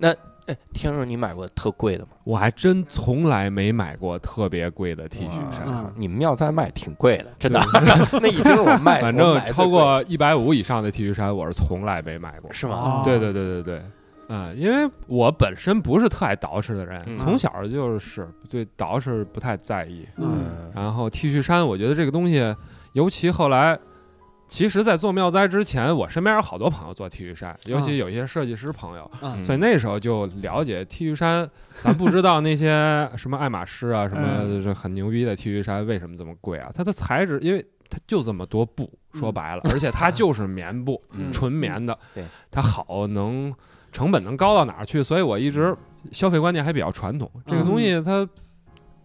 嗯哎，听说你买过特贵的吗？ 我还真从来没买过特别贵的 T 恤衫，啊嗯你们要再卖挺贵的，真的， 那已经是我 卖，反哎我正买最超贵的过一百五以上的 T 恤衫，我是从来没买过。是吗？哦对对对对对，嗯，因为我本身不是特爱捯饬的人，嗯从小就是对捯饬不太在意。嗯然后 T 恤衫，我觉得这个东西，尤其后来，其实，在做妙哉之前，我身边有好多朋友做 T 恤衫，尤其有一些设计师朋友，嗯，所以那时候就了解 T 恤衫。咱不知道 那些什么爱马仕啊，什么嗯就是很牛逼的 T 恤衫为什么这么贵啊？它的材质，因为它就这么多布，说白了，而且它就是棉布， 嗯纯棉的，对它好能成本能高到哪儿去？所以我一直消费观念还比较传统，这个东西它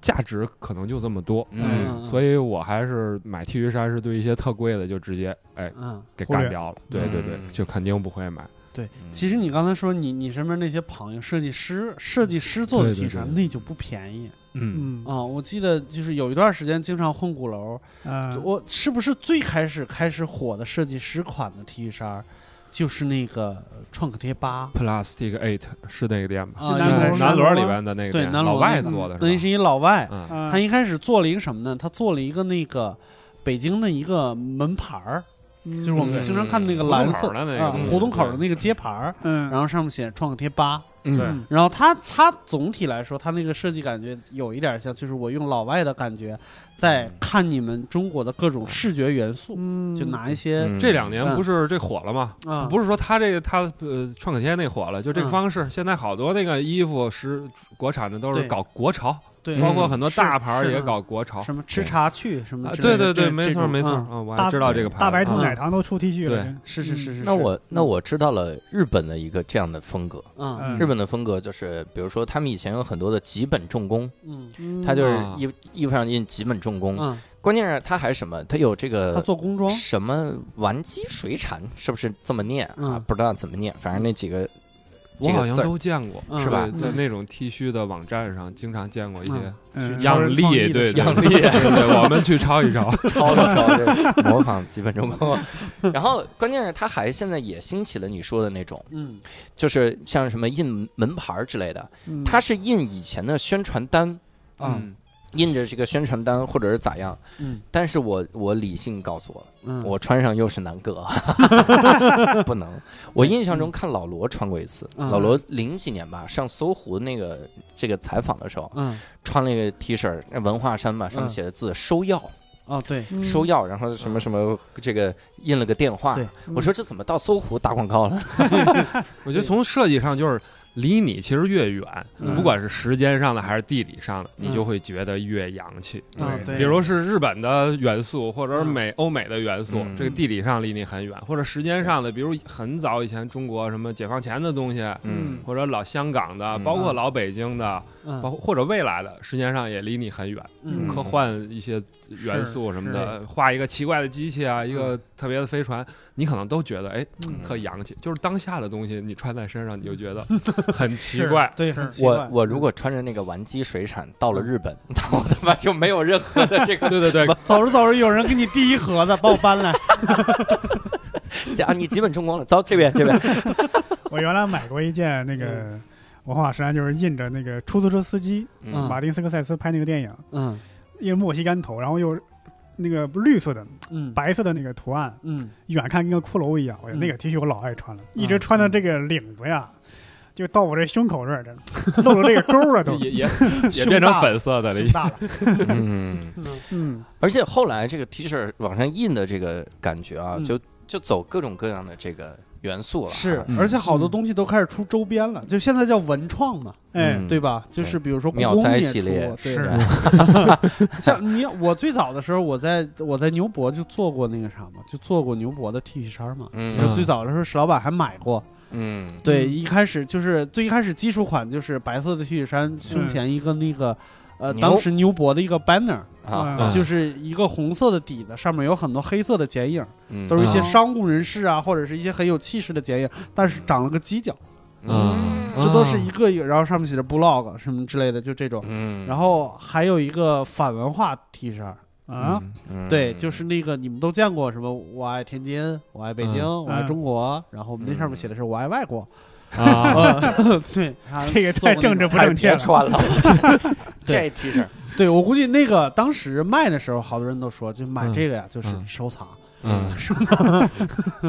价值可能就这么多，嗯所以我还是买 T 恤衫是对一些特贵的就直接哎嗯，给忽略干掉了，对对对嗯，就肯定不会买。对，其实你刚才说你你身边那些朋友设计师设计师做的对对 T 恤对那就不便宜嗯，嗯啊，我记得就是有一段时间经常混鼓楼，啊，嗯我是不是最开始开始火的设计师款的 T 恤衫，就是那个创可贴吧 Plastic Eight 是那个店吧？啊，南在锣南锣南里锣边的那个对店南老锣外那个做的那是吧？是一老外，嗯，啊他一开始做了一个什么呢？他做了一个那个北京的一个门牌儿，嗯就是我们嗯经常看那个胡同蓝色口儿的嗯那个啊东西胡同口儿的对那个街牌儿，嗯，然后上面写创可贴吧。嗯，然后它它总体来说，它那个设计感觉有一点像，就是我用老外的感觉在看你们中国的各种视觉元素，嗯，就拿一些嗯这两年不是这火了吗？啊，不是说他这个他呃嗯创可贴那火了，就这个方式，现在好多那个衣服是国产的都是对搞国潮，对，包括很多是大牌儿是也的搞国潮什么吃茶去什么啊，之对类的，对对，这没这错种没错，嗯啊，我大还知道这个牌子，大白兔啊奶糖都出 T 恤了，对真是是嗯是是。那是我那我知道了日本的一个这样的风格。嗯嗯日本的风格就是，比如说他们以前有很多的几本重工，嗯嗯他就是啊衣衣服上印几本重工。嗯，关键是他还什么？他有这他个做工装，什么丸基水产，是不是这么念啊嗯？不知道怎么念，反正那几个我这个好像字儿都见过，嗯是吧对在那种 T 恤的网站上，经常见过一些嗯嗯是样超例创意，的对对是吧对对，我们去抄一抄，抄了抄这模仿几本重工。然后关键是他还现在也兴起了你说的那种，嗯，就是像什么印门牌儿之类的，嗯他是印以前的宣传单，嗯，印着这个宣传单或者是咋样。嗯但是我我理性告诉我，嗯，我穿上又是南 哥，不能。我印象中看老罗穿过一次，嗯老罗零几年吧，上搜狐那个这个采访的时候，嗯穿了一个 T 恤，那文化衫嘛，上面写的字“收药哦对”，嗯收药，然后什么什么这个印了个电话嗯对。我说这怎么到搜狐打广告了？我觉得从设计上就是离你其实越远，嗯不管是时间上的还是地理上的，嗯你就会觉得越洋气。嗯对比如是日本的元素，或者是嗯美欧美的元素，嗯这个地理上离你很远，或者时间上的，比如很早以前中国什么解放前的东西，嗯或者老香港的，嗯包括老北京的，嗯包括或者未来的，时间上也离你很远。嗯科幻一些元素什么是的，画一个奇怪的机器啊，一嗯个特别的飞船，你可能都觉得哎嗯特洋气，就是当下的东西你穿在身上你就 觉得很奇怪。对，是很奇我怪嗯我如果穿着那个丸基水产到了日本，那我他妈就没有任何的这 个对对对，走着走着，有人给你递一盒子，把我搬来。啊，你基本成功了，走这边这边。我原来买过一件那个文化衫，就是印着那个出租车司机嗯马丁斯科塞斯拍那个电影，嗯印墨西干头，然后又那个绿色的、嗯白色的那个图案，嗯远看跟个骷髅一样。我嗯那个 T 恤我老爱穿了，一直穿到这个领子呀，就到我这胸口这儿，这露出这个沟 了都， 也也也变成粉色的了挺。大了。嗯，嗯嗯，而且后来这个 T 恤往上印的这个感觉啊，嗯就就走各种各样的这个元素了啊。是，嗯而且好多东西都开始出周边了，就现在叫文创嘛，哎嗯，对吧？就是比如说故妙宫哉也系出列过 对是像你我最早的时候，我在我在牛博就做过那个啥嘛，就做过牛博的 T 恤衫嘛。嗯就是最早的时候，史老板还买过。嗯，对，嗯一开始就是最一开始基础款就是白色的 T 恤衫，胸前一个那个。呃，牛当时牛博的一个 banner，啊，嗯就是一个红色的底子，上面有很多黑色的剪影，嗯都是一些嗯商务人士啊，或者是一些很有气势的剪影，但是长了个犄角，嗯这都是一个一个，然后上面写着 blog 什么之类的，就这种。嗯，然后还有一个反文化 T 恤，啊，嗯对，就是那个你们都见过什么？我爱天津，我爱北京，嗯我爱中国。然后我们那上面写的是我爱外国。 啊，嗯对，还这个太政治不太正确别了。穿了， 这对 T 恤对我估计那个当时卖的时候，好多人都说，就买嗯这个呀，就是嗯收藏。嗯，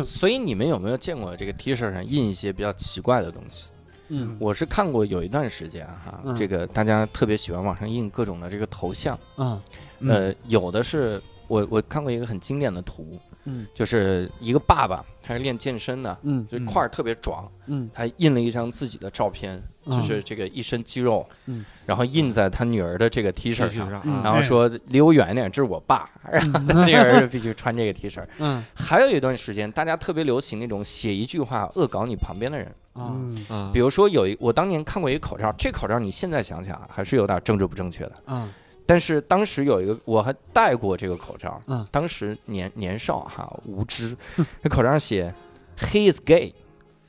所以你们有没有见过这个 T 恤上印一些比较奇怪的东西？嗯我是看过有一段时间哈，嗯这个大家特别喜欢往上印各种的这个头像，嗯呃，有的是我我看过一个很经典的图，嗯就是一个爸爸，他是练健身的，嗯就块儿特别壮，嗯他印了一张自己的照片，嗯就是这个一身肌肉，嗯然后印在他女儿的这个 T 是恤是上，啊嗯然后说离我远一点，这是我爸，然后那个人必须穿这个 T 恤。嗯还有一段时间，大家特别流行那种写一句话恶搞你旁边的人，啊嗯啊比，如说有一我当年看过一个口罩，这口罩你现在想想还是有点政治不正确的。啊但是当时有一个，我还戴过这个口罩。嗯当时年年少哈，无知， 这口罩上写 “He is gay”，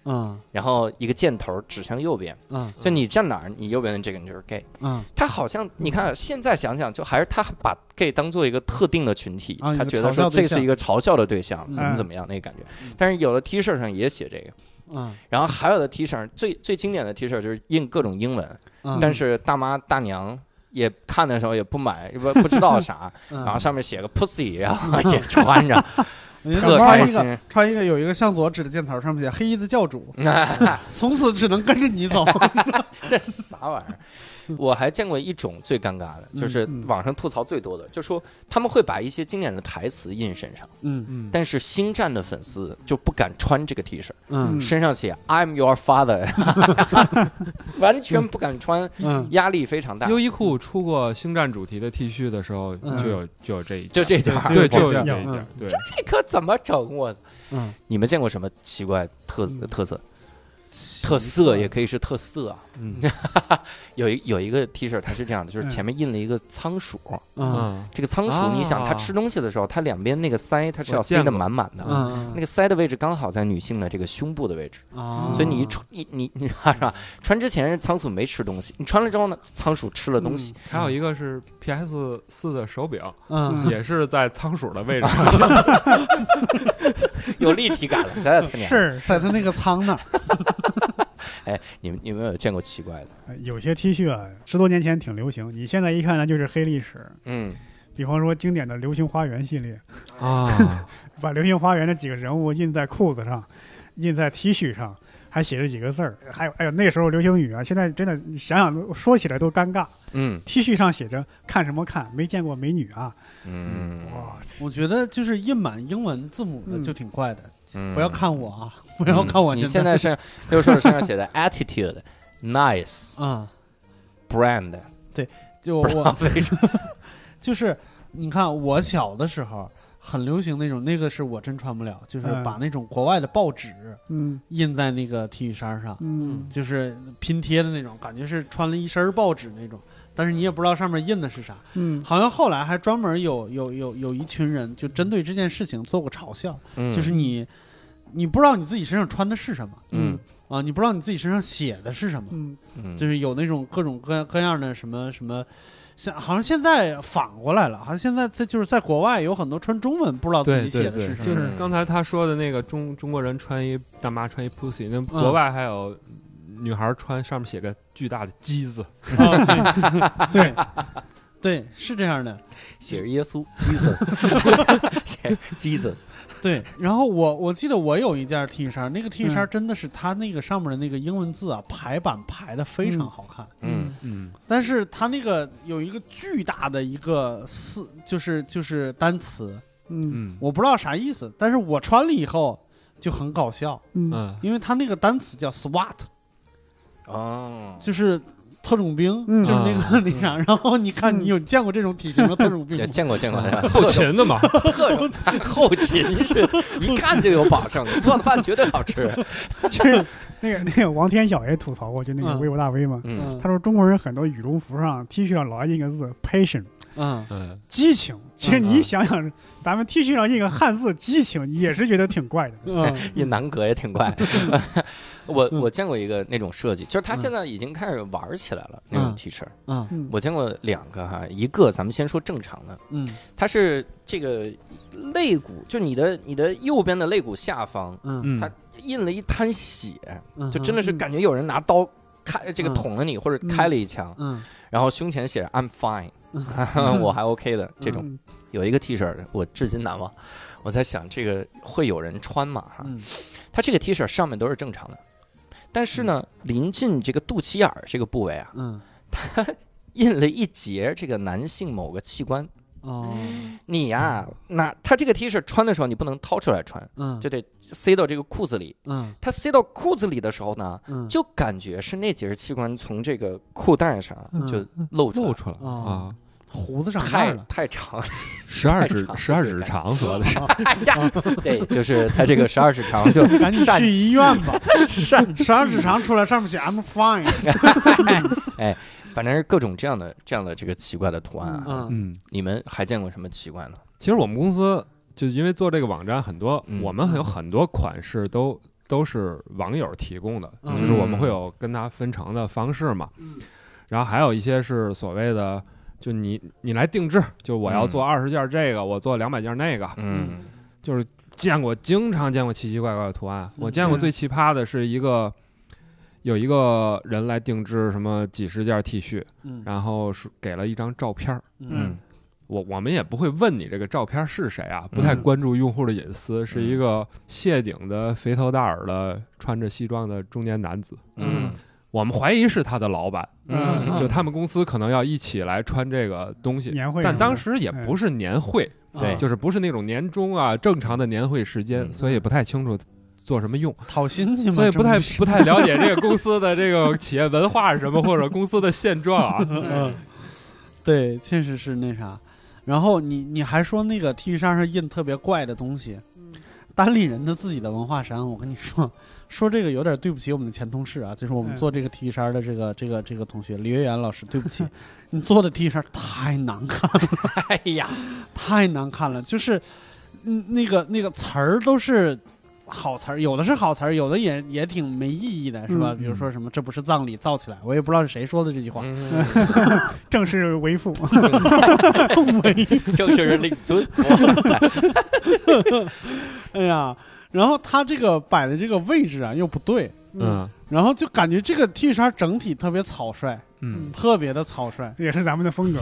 嗯然后一个箭头指向右边，嗯就你站哪儿，你右边的这个人就是 gay。嗯他好像你看，现在想想，就还是他把 gay 当做一个特定的群体，啊一个他觉得嘲笑说对这象是一个嘲笑的对象，嗯怎么怎么样那个感觉嗯。但是有的 T 恤上也写这个，嗯然后还有的 T 恤上最最经典的 T 恤就是印各种英文，嗯，但是大妈大娘也看的时候也不买，不不知道 啥，然然后上面写个 pussy，然后嗯也穿 着，特穿开一个心。穿一个有一个向左指的箭头，上面写 黑衣的教主，从此只能跟着你走。这啥玩意儿？我还见过一种最尴尬的，就是嗯嗯网上吐槽最多的，就说他们会把一些经典的台词印身上，嗯嗯，但是星战的粉丝就不敢穿这个 T 恤，嗯身上写 "I'm your father"，完全不敢穿，嗯，压力非常大。优衣库出过星战主题的 T 恤的时候，嗯就有就有这一件就这件儿，对，就就有有这这样一嗯件儿，对，这可怎么整？我嗯，你们见过什么奇怪特嗯特色？特色也可以是特色啊。嗯有一有一个 T 恤，它是这样的，就是嗯前面印了一个仓鼠。嗯嗯这个仓鼠，啊你想它吃东西的时候，它两边那个腮它是要我见塞的过满满的。嗯那个腮的位置刚好在女性的这个胸部的位置，啊，所以你一穿你你你是吧？穿之前仓鼠没吃东西，你穿了之后呢，仓鼠吃了东西，还有一个是 PS 四的手表，嗯也是在仓鼠的位置上， 嗯有立体感了，咱 俩太娘了。是在他那个仓那儿，你们你们有见过奇怪的？呃有些 T 恤啊，十多年前挺流行，你现在一看它就是黑历史。嗯，比方说经典的《流星花园》系列，啊，把《流星花园》的几个人物印在裤子上，印在 T 恤上，还写着几个字儿。还有，哎呦，那时候流行语啊，现在真的你想想都说起来都尴尬。嗯 T 恤上写着“看什么看，没见过美女啊嗯”，哇，我觉得就是印满英文字母的嗯就挺怪的，嗯不要看我啊，不要看我嗯你现现在是 六兽身上写的 attitude nice 啊， brand，就不知我道为什么。 就是你看我小的时候很流行那种，那个是我真穿不了，就是嗯把那种国外的报纸嗯印在那个 T 恤衫上，嗯就是拼贴的那种，感觉是穿了一身报纸那种，但是你也不知道上面印的是啥。嗯，好像后来还专门有有有有一群人就针对这件事情做过嘲笑，嗯就是你你不知道你自己身上穿的是什么嗯啊，你不知道你自己身上写的是什么，嗯嗯，就是有那种各种各样各样的什么什么。像好像现在反过来了，好像现在在就是在国外有很多穿中文不知道自己对写的对对嗯是，什就么，是刚才他说的那个中中国人穿一大妈穿一 pussy，那国外还有女孩穿上面写个巨大的鸡字，啊对对对是这样的，写着耶稣 Jesus，写 Jesus，对，然后我我记得我有一件 T 恤衫，那个 T 恤衫嗯真的是它那个上面的那个英文字啊，排版排的非常好看，嗯嗯但是它那个有一个巨大的一个四，就是就是单词，嗯嗯我不知道啥意思，但是我穿了以后就很搞笑，嗯嗯因为它那个单词叫 SWAT，哦，就是特种兵，嗯就是那个、那啥，然后你看嗯你有见过这种体型的特种兵啊也吗？见过 见过，嗯后勤的嘛，特种后勤是一看就有保证，做的饭绝对好 吃。就是那个 那个王天晓也吐槽过，就那个嗯微博大 V 嘛，嗯，他说中国人很多羽绒服上、T 恤上老爱印个字 “passion”，嗯嗯，激情。其实嗯你想想，咱们 T 恤上印个汉字“激情”，也是觉得挺怪的。嗯印南格也挺怪。 我我见过一个那种设计，就是他现在已经开始玩起来了那种嗯 T 恤。嗯嗯，我见过两个哈，一个咱们先说正常的，嗯它是这个肋骨，就你的你的右边的肋骨下方嗯嗯他印了一滩血，嗯，就真的是感觉有人拿刀开这个嗯捅了你或者嗯开了一枪，嗯然后胸前写着 I'm fine，嗯我还 OK 的这种。嗯有一个 T 恤我至今难忘，我在想这个会有人穿吗？哈，嗯它这个 T 恤上面都是正常的，但是呢，临近这个肚脐眼儿这个部位啊，嗯印了一截这个男性某个器官。哦嗯你呀、那他这个 T 恤穿的时候，你不能掏出来穿，嗯就得塞到这个裤子里。嗯他塞到裤子里的时候呢，嗯就感觉是那节器官从这个裤带上嗯就露出来露了，出来了哦啊，胡子长那太儿了，太长了。十二指太长十二指肠合的，哎呀，对，就是他这个十二指肠就赶紧疝去气医院 吧。疝气十二指肠出来，上面写 I'm fine。反正是各种这样的这样的这个奇怪的图案啊。嗯嗯，你们还见过什么奇怪的？其实我们公司就因为做这个网站，很多、嗯我们有很多款式都都是网友提供的，嗯就是我们会有跟他分成的方式嘛。然后还有一些是所谓的，就你你来定制，就我要做二十件这个，我做两百件那个，嗯就是见过经常见过奇奇怪怪的图案。我见过嗯最奇葩的是一个。有一个人来定制什么几十件 T 恤，嗯然后是给了一张照片儿，嗯我我们也不会问你这个照片是谁嗯啊，不太关注用户的隐私，是一个谢顶的肥头大耳的穿着西装的中年男子。嗯我们怀疑是他的老板，嗯就他们公司可能要一起来穿这个东西，年会什么的，哎啊但当时也不是年会，啊对就是不是那种年终啊正常的年会时间，嗯所以不太清楚做什么用，讨薪去嘛，所以不太这不太了解这个公司的这个企业文化是什么，或者公司的现 状啊。不是，嗯， 对，确实是那啥。然后你你还说那个 T 恤衫上印特别怪的东西，单立人的自己的文化衫，我跟你说， 说这个有点对不起我们的前同事啊，就是我们嗯做这个 T 恤衫的这个这个这个同学李月元老师，对不起， 你做的 T 恤衫太难看了，哎呀，太难看了，就是，嗯，那个那个词儿都是好词儿，有的是好词儿，有的也也挺没意义的，是吧？嗯比如说什么这不是葬礼，造起来，我也不知道是谁说的这句话，正式为父， 正是令 尊，哇塞， 哎呀，然后他这个摆的这个位置啊又不对，嗯然后就感觉这个 T 恤衫整体特别草率，嗯，特别的草率。也是咱们的风格。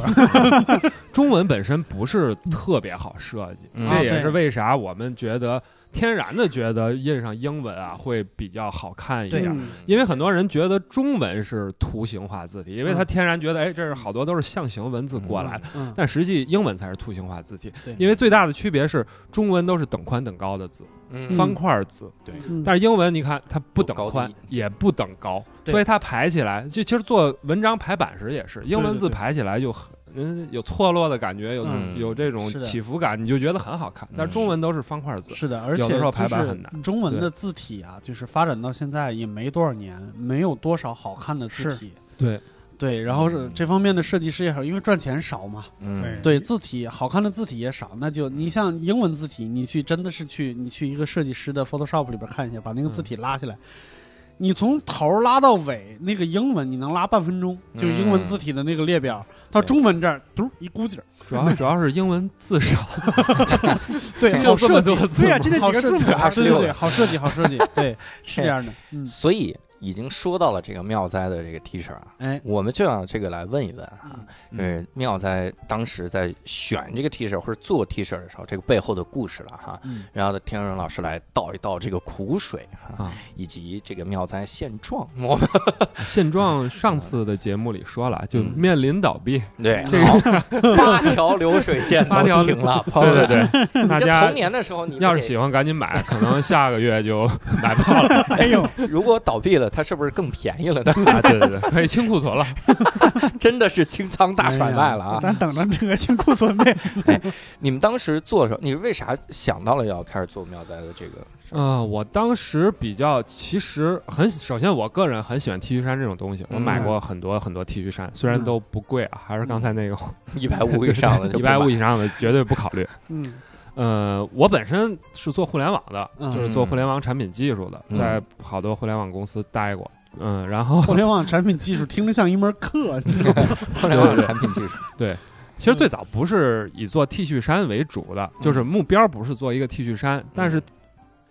中文本身不是特别好设计，嗯啊这也是为啥我们觉得天然的觉得印上英文啊会比较好看一对点呀。嗯因为很多人觉得中文是图形化字体，因为他嗯天然觉得，哎，这是好多都是象形文字过来的，嗯，但实际英文才是图形化字体对。因为最大的区别是中文都是等宽等高的字，嗯方块字，嗯但是英文你看它不等有高宽低也不等高，对所以它排起来就其实做文章排版时也是，英文字排起来就很。嗯，有错落的感觉，有嗯有这种是的起伏感，你就觉得很好看。但是中文都是方块嗯字，是的，而且有的时候排版就是很难中文对的字体啊，就是发展到现在也没多少年，没有多少好看的字是体。对对，然后是嗯这方面的设计师也好，因为赚钱少嘛，嗯，对字体好看的字体也少，那就你像英文字体，你去真的是去你去一个设计师的 Photoshop 里边看一下，把那个字体拉下来，你从头拉到尾，那个英文你能拉半分钟，就嗯英文字体的那个列表，到对中文这儿嘟一鼓劲儿，主要主要是英文字 少，对，就好这设么计多，字对呀，嘛。 就这好几个设字母，计，对对26对，了好设计，好设计， 对，是这样的，嗯，所以已经说到了这个妙哉的这个 T 恤啊，哎，我们就让这个来问一问啊，嗯呃，妙哉当时在选这个 T 恤或者做 T 恤的时候，这个背后的故事了哈。嗯然后的天润老师来倒一倒这个苦水哈，啊，以及这个妙哉现状。我 们现状上次的节目里说了，就嗯面临倒闭，对，好，八条流水线嗯八条都停了，朋友们。 对对， 大你这家童年的时候，你要是得喜欢赶紧买，可能下个月就买不到了。哎呦，如果倒闭了，它是不是更便宜了呢？ 啊对对对， 可以清库存了。真的是清仓大甩卖了啊！咱等着这个清库存呗。你们当时做的时候，你是为啥想到了要开始做妙哉的这 个事儿？嗯，我当时比较，其实很，首先我个人很喜欢 T 恤衫这种东西，我嗯买过很多很多 T 恤衫，虽然嗯都不贵啊，还是刚才那个一百五以嗯上的就一不百买，五以上的绝对不考虑。嗯呃，我本身是做互联网的，嗯就是做互联网产品技术的，嗯在好多互联网公司待过。嗯，然后互联网产品技术听着像一门课，你知道吗？互 联网产品技术。其实最早不是以做 T 恤衫为主的，嗯就是目标不是做一个 T 恤衫，但是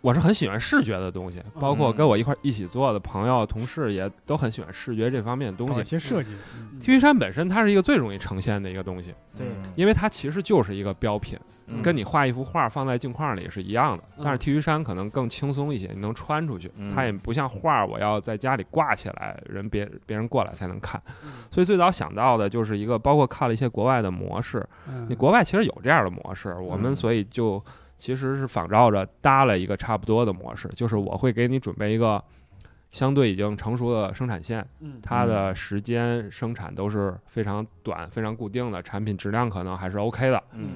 我是很喜欢视觉的东西，包括跟我一块一起做的朋友、同事也都很喜欢视觉这方面的东搞一西。些设计， T 恤衫本身它是一个最容易呈现的一个东西，对因为它其实就是一个标品，嗯跟你画一幅画放在镜框里是一样的。嗯但是 T 恤衫可能更轻松一些，你能穿出去嗯，它也不像画，我要在家里挂起来，人别别人过来才能看。所以最早想到的就是一个，包括看了一些国外的模式，嗯你，国外其实有这样的模式，我们嗯所以就其实是仿照着搭了一个差不多的模式，就是我会给你准备一个相对已经成熟的生产线， 嗯它的时间生产都是非常短、非常固定的，产品质量可能还是 OK 的。嗯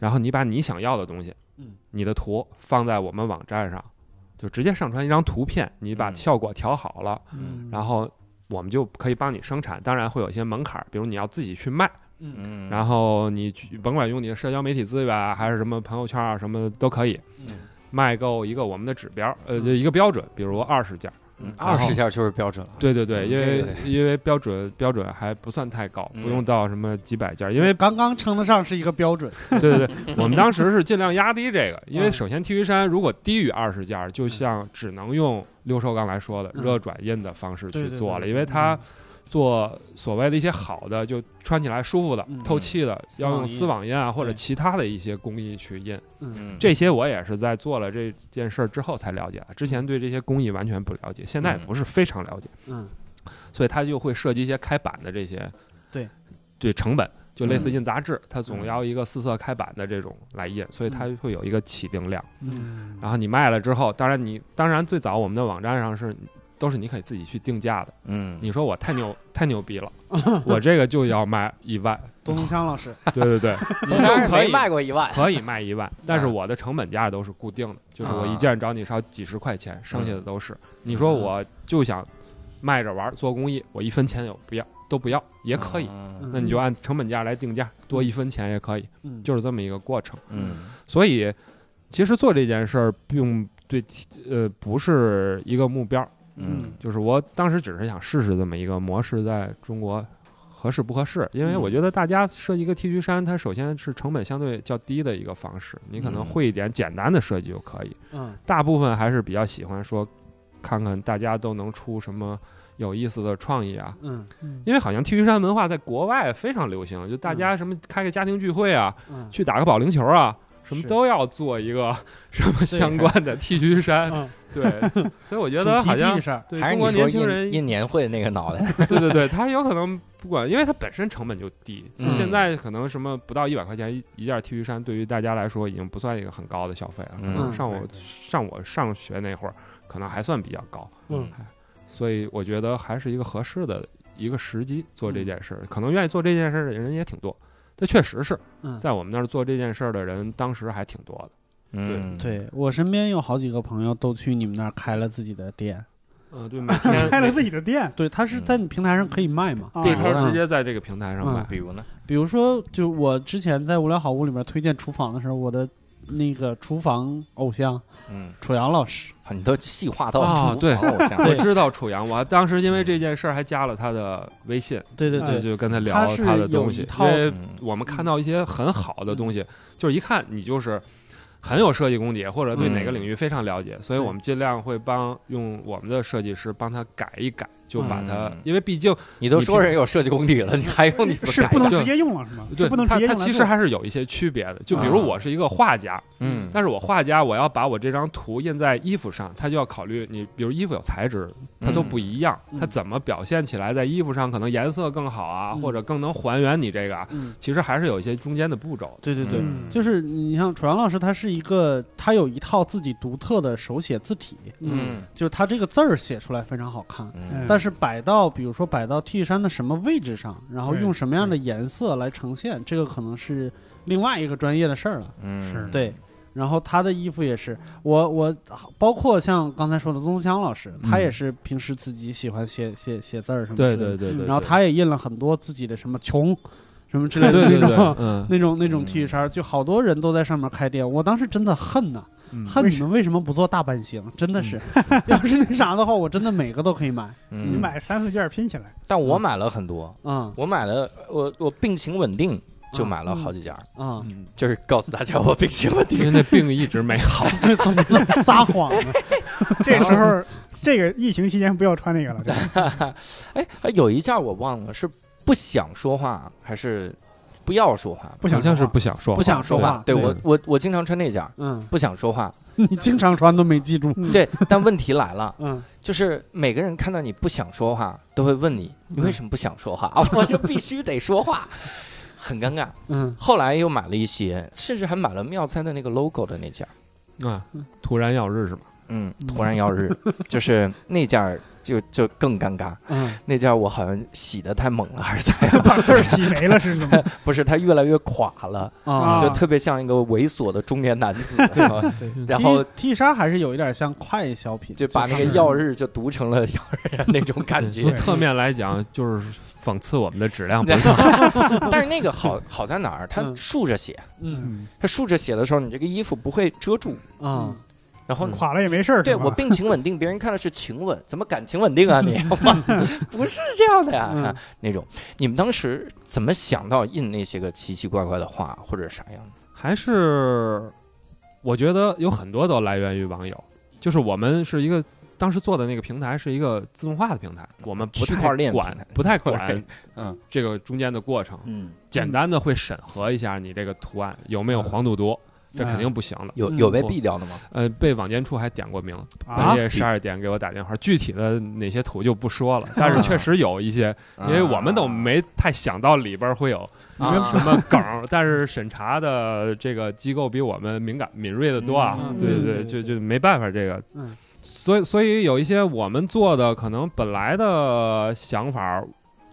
然后你把你想要的东西嗯，你的图放在我们网站上，就直接上传一张图片，你把嗯效果调好了，嗯，然后我们就可以帮你生产。当然会有一些门槛儿，比如你要自己去卖。嗯嗯，然后你去甭管用你的社交媒体资源啊还是什么朋友圈啊，什么都可以嗯，卖够一个我们的指标，呃，嗯就一个标准，比如二十件儿。嗯二十下就是标啊准了。对对对，嗯因这为个因为标准标准还不算太高，嗯不用到什么几 百件儿，因为刚刚称得上是一个标准，对对对，我们当时是尽量压低这个，因为嗯首先 T 恤衫如果低于二十件儿，就像只能用六兽刚才说的嗯热转印的方式对去对做了，对因为它做所谓的一些好的，就穿起来舒服的嗯、透气的，丝要网用印丝网印啊或者对其他的一些工艺去印。嗯，这些我也是在做了这件事儿之后才了解的，之前对这些工艺完全不了解，现在也不是非常了解。嗯所以它就会设计一些开版的这些对对成本，就类似嗯印杂志，它总要一个四色开版的这种来印，所以它嗯会有一个起订量。嗯然后你卖了之后，当然你当然最早我们的网站上是都是你可以自己去定价的。嗯，你说我太牛太牛逼了，我这个就要卖一万，东东锵老师，对 对嗯对，你 你当然可没以卖过一万，可以卖一万，但是我的成本价都是固定的，就是我一件找你烧几十块钱，剩下的都是。你说我就想卖着玩儿做公益，我一分钱也不要，都不要也可以。嗯那你就按成本价来定价，多一分钱也可以，嗯，就是这么一个过程。嗯所以，其实做这件事儿并对呃不是一个目标儿，嗯就是我当时只是想试试这么一个模式在中国合适不合适，因为嗯我觉得大家设计一个 T 恤衫，它首先是成本相对较低的一个方式，你可能嗯会一点简单的设计就可以。嗯大部分还是比较喜欢说，看看大家都能出什么有意思的创意啊。嗯嗯因为好像 T 恤衫文化在国外非常流行，就大家什么开个家庭聚会啊，嗯，去打个保龄球啊，什么是都要做一个 什么相关的 T 恤衫。嗯对，所以我觉觉得好像事儿，对还是中你说国年轻印人印年会那个脑袋，对对对，它有可能不管，因为它本身成本就低，嗯现在可能什么不到一百块钱一一件 T 恤衫，对于大家来说已经不算一个很高的消费了。可嗯能上我对对上我上学那会儿，可能还算比较高，哎嗯所以我觉得还是一个合适的一个时机做嗯这件事儿。可能愿意做这件事儿的人也挺多，这确实是嗯，在我们那儿做这件事儿的人，当时还挺多的。嗯，对我身边有好几个朋友都去你们那儿开了自己的店，嗯、 对，每天开了自己的店，对，他是在你平台上可以卖嘛？啊对，头他直接在这个平台上卖嗯。比如呢，比如说，就我之前在无聊好物里面推荐厨房的时候，我的那个厨房偶像嗯，楚阳老师，啊你都细化到哦厨对房偶像 我知道楚阳，我还当时因为这件事儿还加了他的微信，对对哎就对，就跟他他聊是他的有东一西，因套为嗯我们看到一些很好的东西，就是一看你就是很有设计功底，或者对哪个领域非常了解，所以我们尽量会帮用我们的设计师帮他改一改，就把它嗯，因为毕竟你都说人有设计功底了，你还用你是改不能吗？就直接用了是吗？对是不能直他接他用来其实做还是有一些区别的，就比如啊我是一个画家，嗯，但是我画家我要把我这张图印在衣服上，他就要考虑你，比如衣服有材质，它都不一样，嗯它怎么表现起来，在衣服上可能颜色更好啊，嗯或者更能还原你这个啊，嗯，其实还是有一些中间的步骤的。对对对，嗯就是你像楚阳老师，他是一个，他有一套自己独特的手写字体，嗯就是他这个字儿写出来非常好看，嗯但是摆到比如说摆到 T 恤衫的什么位置上，然后对用什么样的颜色来呈现，这个可能是另外一个专业的事儿了。嗯是对，然后他的衣服也是，我我包括像刚才说的东江老师，他也是平时自己喜欢写写写字儿什么之类嗯对的，对对对，然后他也印了很多自己的什么穷，什么之类 对的对那种。对对，嗯， 那种那种 T 恤衫，就好多人都在上面开店。我当时真的恨呐、嗯恨你们为什么不做大版型？真的是， 要是那啥的话，我真的每个都可以买。你嗯，买三四件拼 起来，但我买了很多，嗯我买了，我我病情稳定就买了好几家，啊，嗯嗯就是告诉大家我病情稳定。因为那病一直没好，这怎么能 撒谎啊呢？这时候这个疫情期间不要穿那个了，真 的 哎，哎有一件我忘了是不想说话还是不要说话，不想好像是说话不想说不话，想说话对嗯对我我我经常穿那件嗯，不想说话，你经常穿都没记住。嗯对，但问题来了。 嗯，就是每个人看到你不想说话，都会问你你为什么不想说话 啊？我就必须得说话，很尴尬。嗯，后来又买了一些，甚至还买了妙餐的那个 logo 的那件儿，啊，突然要日是吗？嗯，嗯突然要日，就是那件儿就就更尴尬。嗯，那件儿我好像洗的太猛了，还是咋 样？把字儿洗没了是什么？ 不是，它越来越垮了，啊就特别像一个猥琐的中年男子，然后对。然后 T 恤衫还是有一点像快消品，就把那个是要日就读成了要日的那种感 觉嗯从。侧面来讲，就是讽刺我们的质量不然是后 但是那个好好在哪儿？它嗯竖着写，嗯嗯，它竖着写的时候，你这个衣服不会遮住，啊然嗯后。垮了也没事儿。 对是吧 我病情稳定，别人看的是情稳，怎么感情稳定啊你？ 哇不是这样的呀、啊嗯那种。你们当时怎么想到印那些个奇奇怪怪的话或者啥样的？还是我觉得有很多都来源于网友，就是我们是一个当时做的那个平台是一个自动化的平台，我们不区块太链平台管不太 对管嗯这个中间的过程，嗯简单的会审核一下你这个图案有没有黄赌毒，嗯这肯定不行的。有嗯有被我毙掉的吗？呃，被网监处还点过名，啊半，夜十二点给我打电话，具体的哪些图就不说了，啊但是确实有一些，因为我们都没太想到里边会有啊什么梗儿，但是审查的这个机构比我们敏感敏锐的多啊，嗯对对对，对就就没办法这个，嗯所以所以有一些我们做的可能本来的想法儿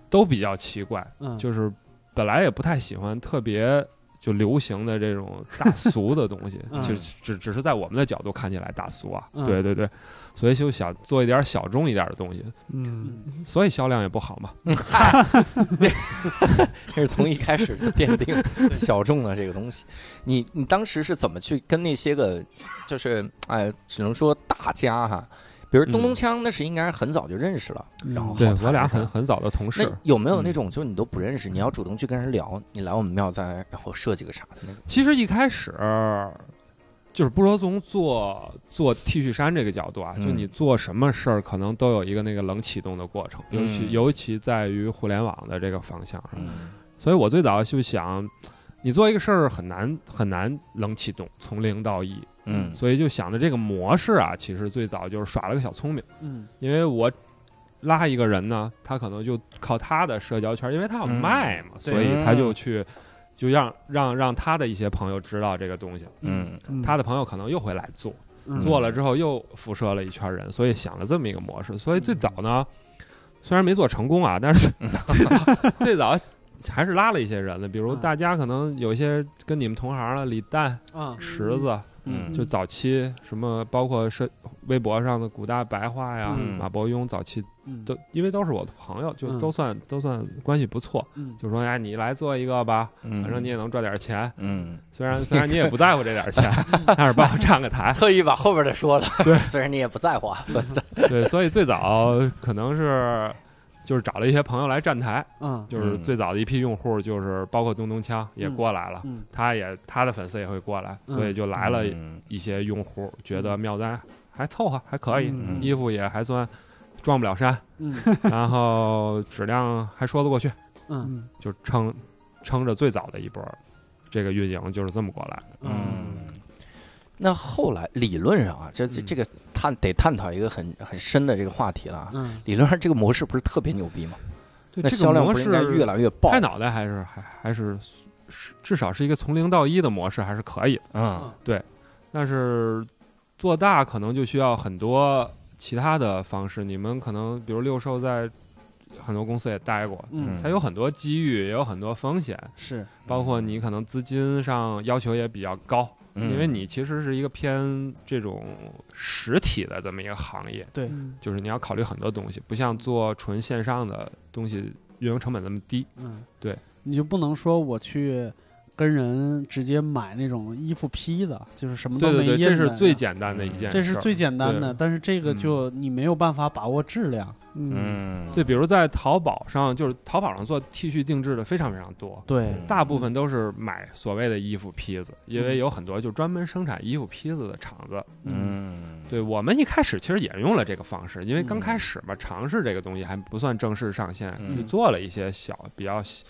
都比较奇怪，嗯，就是本来也不太喜欢特别。就流行的这种大俗的东西嗯，就只只是在我们的角度看起来大俗啊，嗯对对对，所以就想做一点小众一点的东西，嗯，嗯所以销量也不好嘛。 这嗯是从一开始就奠 定小众的这个东西。你你当时是怎么去跟那些个，就是哎，只能说大家哈，比如东东嗯锵，那是应该很早就认识了。嗯然后对好谈我俩是吧很很早的同那事，有没有那嗯种就是你都不认识，你要主动去跟人聊，你来我们庙再然后设计个啥的那种？其实一开始就是不说从做做 T 恤衫这个角度啊，嗯就你做什么事儿，可能都有一个那个冷启动的过程，尤其、嗯尤其在于互联网的这个方向上。嗯所以我最早就想，你做一个事儿很难很难冷启动，从零到一，嗯所以就想的这个模式啊，其实最早就是耍了个小聪明。嗯因为我拉一个人呢，他可能就靠他的社交圈，因为他要卖嘛，所以他就去，就让让让他的一些朋友知道这个东西，嗯嗯他的朋友可能又会来做，嗯做了之后又辐射了一圈人，所以想了这么一个模式。所以最早呢，虽然没做成功啊，但是最早最早还是拉了一些人的，比如嗯大家可能有一些跟你们同行了，李诞、啊池子，嗯就早期什么，包括社微博上的古大白话呀、嗯马伯庸，早期嗯都因为都是我的朋友，就嗯都算、都算关系不错，嗯就说哎，你来做一个吧，嗯，反正你也能赚点钱。嗯，虽然虽然你也不在乎这点钱， 但是帮我站个台。特意把后边的说了，对，虽然你也不在乎，啊，所 以在对，所以最早可能是就是找了一些朋友来站台，啊就是嗯最早的一批用户，就是包括东东锵也过来了，嗯他也他的粉丝也会过来，嗯所以就来了嗯一些用户，觉得妙丹还凑合，还可以，嗯衣服也还算撞不了衫， 嗯然后质量还说得过去，嗯嗯就撑撑着最早的一波，这个运营就是这么过来的。嗯嗯，那后来理论上啊，这这嗯这个探得探讨一个很很深的这个话题了啊。嗯理论上这个模式不是特别牛逼吗？对，那这销个量模不是应该式越来越爆拍？脑袋还是还还是是至少是一个从零到一的模式还是可以的，嗯但是做大可能就需要很多其他的方式。你们可能比如六兽在很多公司也待过，嗯它有很多机遇，也有很多风险，是包括你可能资金上要求也比较高，嗯因为你其实是一个偏这种实体的这么一个行业，对嗯就是你要考虑很多东西，不像做纯线上的东西运营成本那么低。嗯对，你就不能说我去跟人直接买那种衣服批的，就是什么都对没对印对，这是的嗯最简单的一件事儿，这是最简单的，对。但是这个嗯就你没有办法把握质量。嗯嗯对，比如在淘宝上，就是淘宝上做 T 恤定制的非常非常多，对，嗯大部分都是买所谓的衣服坯子，因为有很多就专门生产衣服坯子的厂子。嗯对我们一开始其实也用了这个方式，因为刚开始嘛，尝试这个东西还不算正式上线，嗯就做了一些小比较小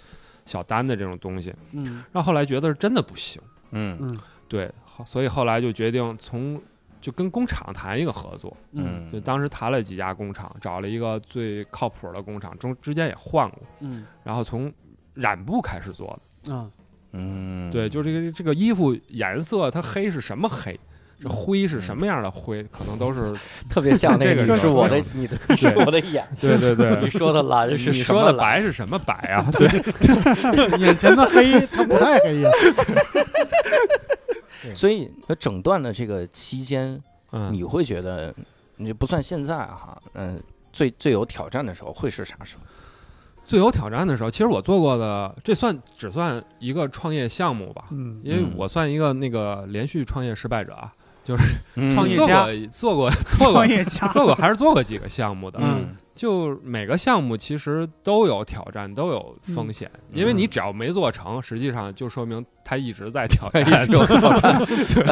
小单的这种东西，嗯然后后来觉得是真的不行，嗯嗯对，后所以后来就决定从就跟工厂谈一个合作，嗯嗯就当时谈了几家工厂，找了一个最靠谱的工厂，中之间也换过，嗯然后从染布开始做的，啊嗯对，就是这个这个衣服颜色它黑是什么黑，这灰是什么样的灰，可能都是特别像那这个你是有我的， 你的是我的眼，对对对你说的蓝你是什说么的蓝？白是什么白啊？对，眼前的黑它不太黑呀。所以整段的这个期间，嗯，你会觉得，你不算现在哈，嗯，最最有挑战的时候会是啥时候？最有挑战的时候，其实我做过的，这算只算一个创业项目吧，嗯因为我算一个那个连续创业失败者啊，就是创业做家过做过做过创业 家，做过还是做过几个项目的，嗯就每个项目其实都有挑战，都有风险，嗯。因为你只要没做成，实际上就说明它一直在挑战一直有挑战，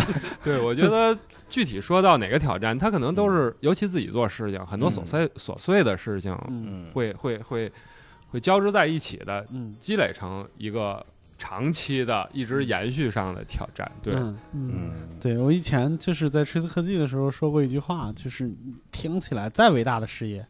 对，我觉得具体说到哪个挑战，它可能都嗯是，尤其自己做事情，很多琐碎琐碎的事情嗯嗯会会会会交织在一起的，嗯积累成一个长期的、一直延续上的挑战。对，嗯嗯，嗯，对我以前就是在锤子科技的时候说过一句话，就是你听起来再伟大的事业，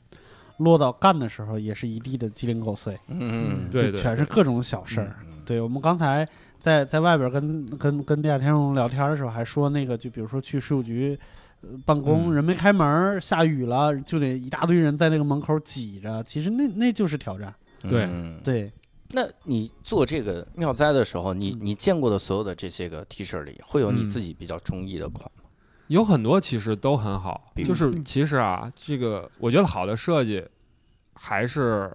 落到干的时候也是一地的鸡零狗碎，嗯，对就对全是各种小事儿。嗯，对我们刚才在在外边跟跟跟地下天龙聊天的时候，还说那个，就比如说去税务局。呃办公嗯人没开门儿，下雨了就得一大堆人在那个门口挤着，其实那那就是挑战。对嗯对，那你做这个妙哉的时候，你嗯你见过的所有的这些个 T 恤里，会有你嗯自己比较中意的款吗？有很多其实都很好比，如就是嗯其实啊，这个我觉得好的设计还是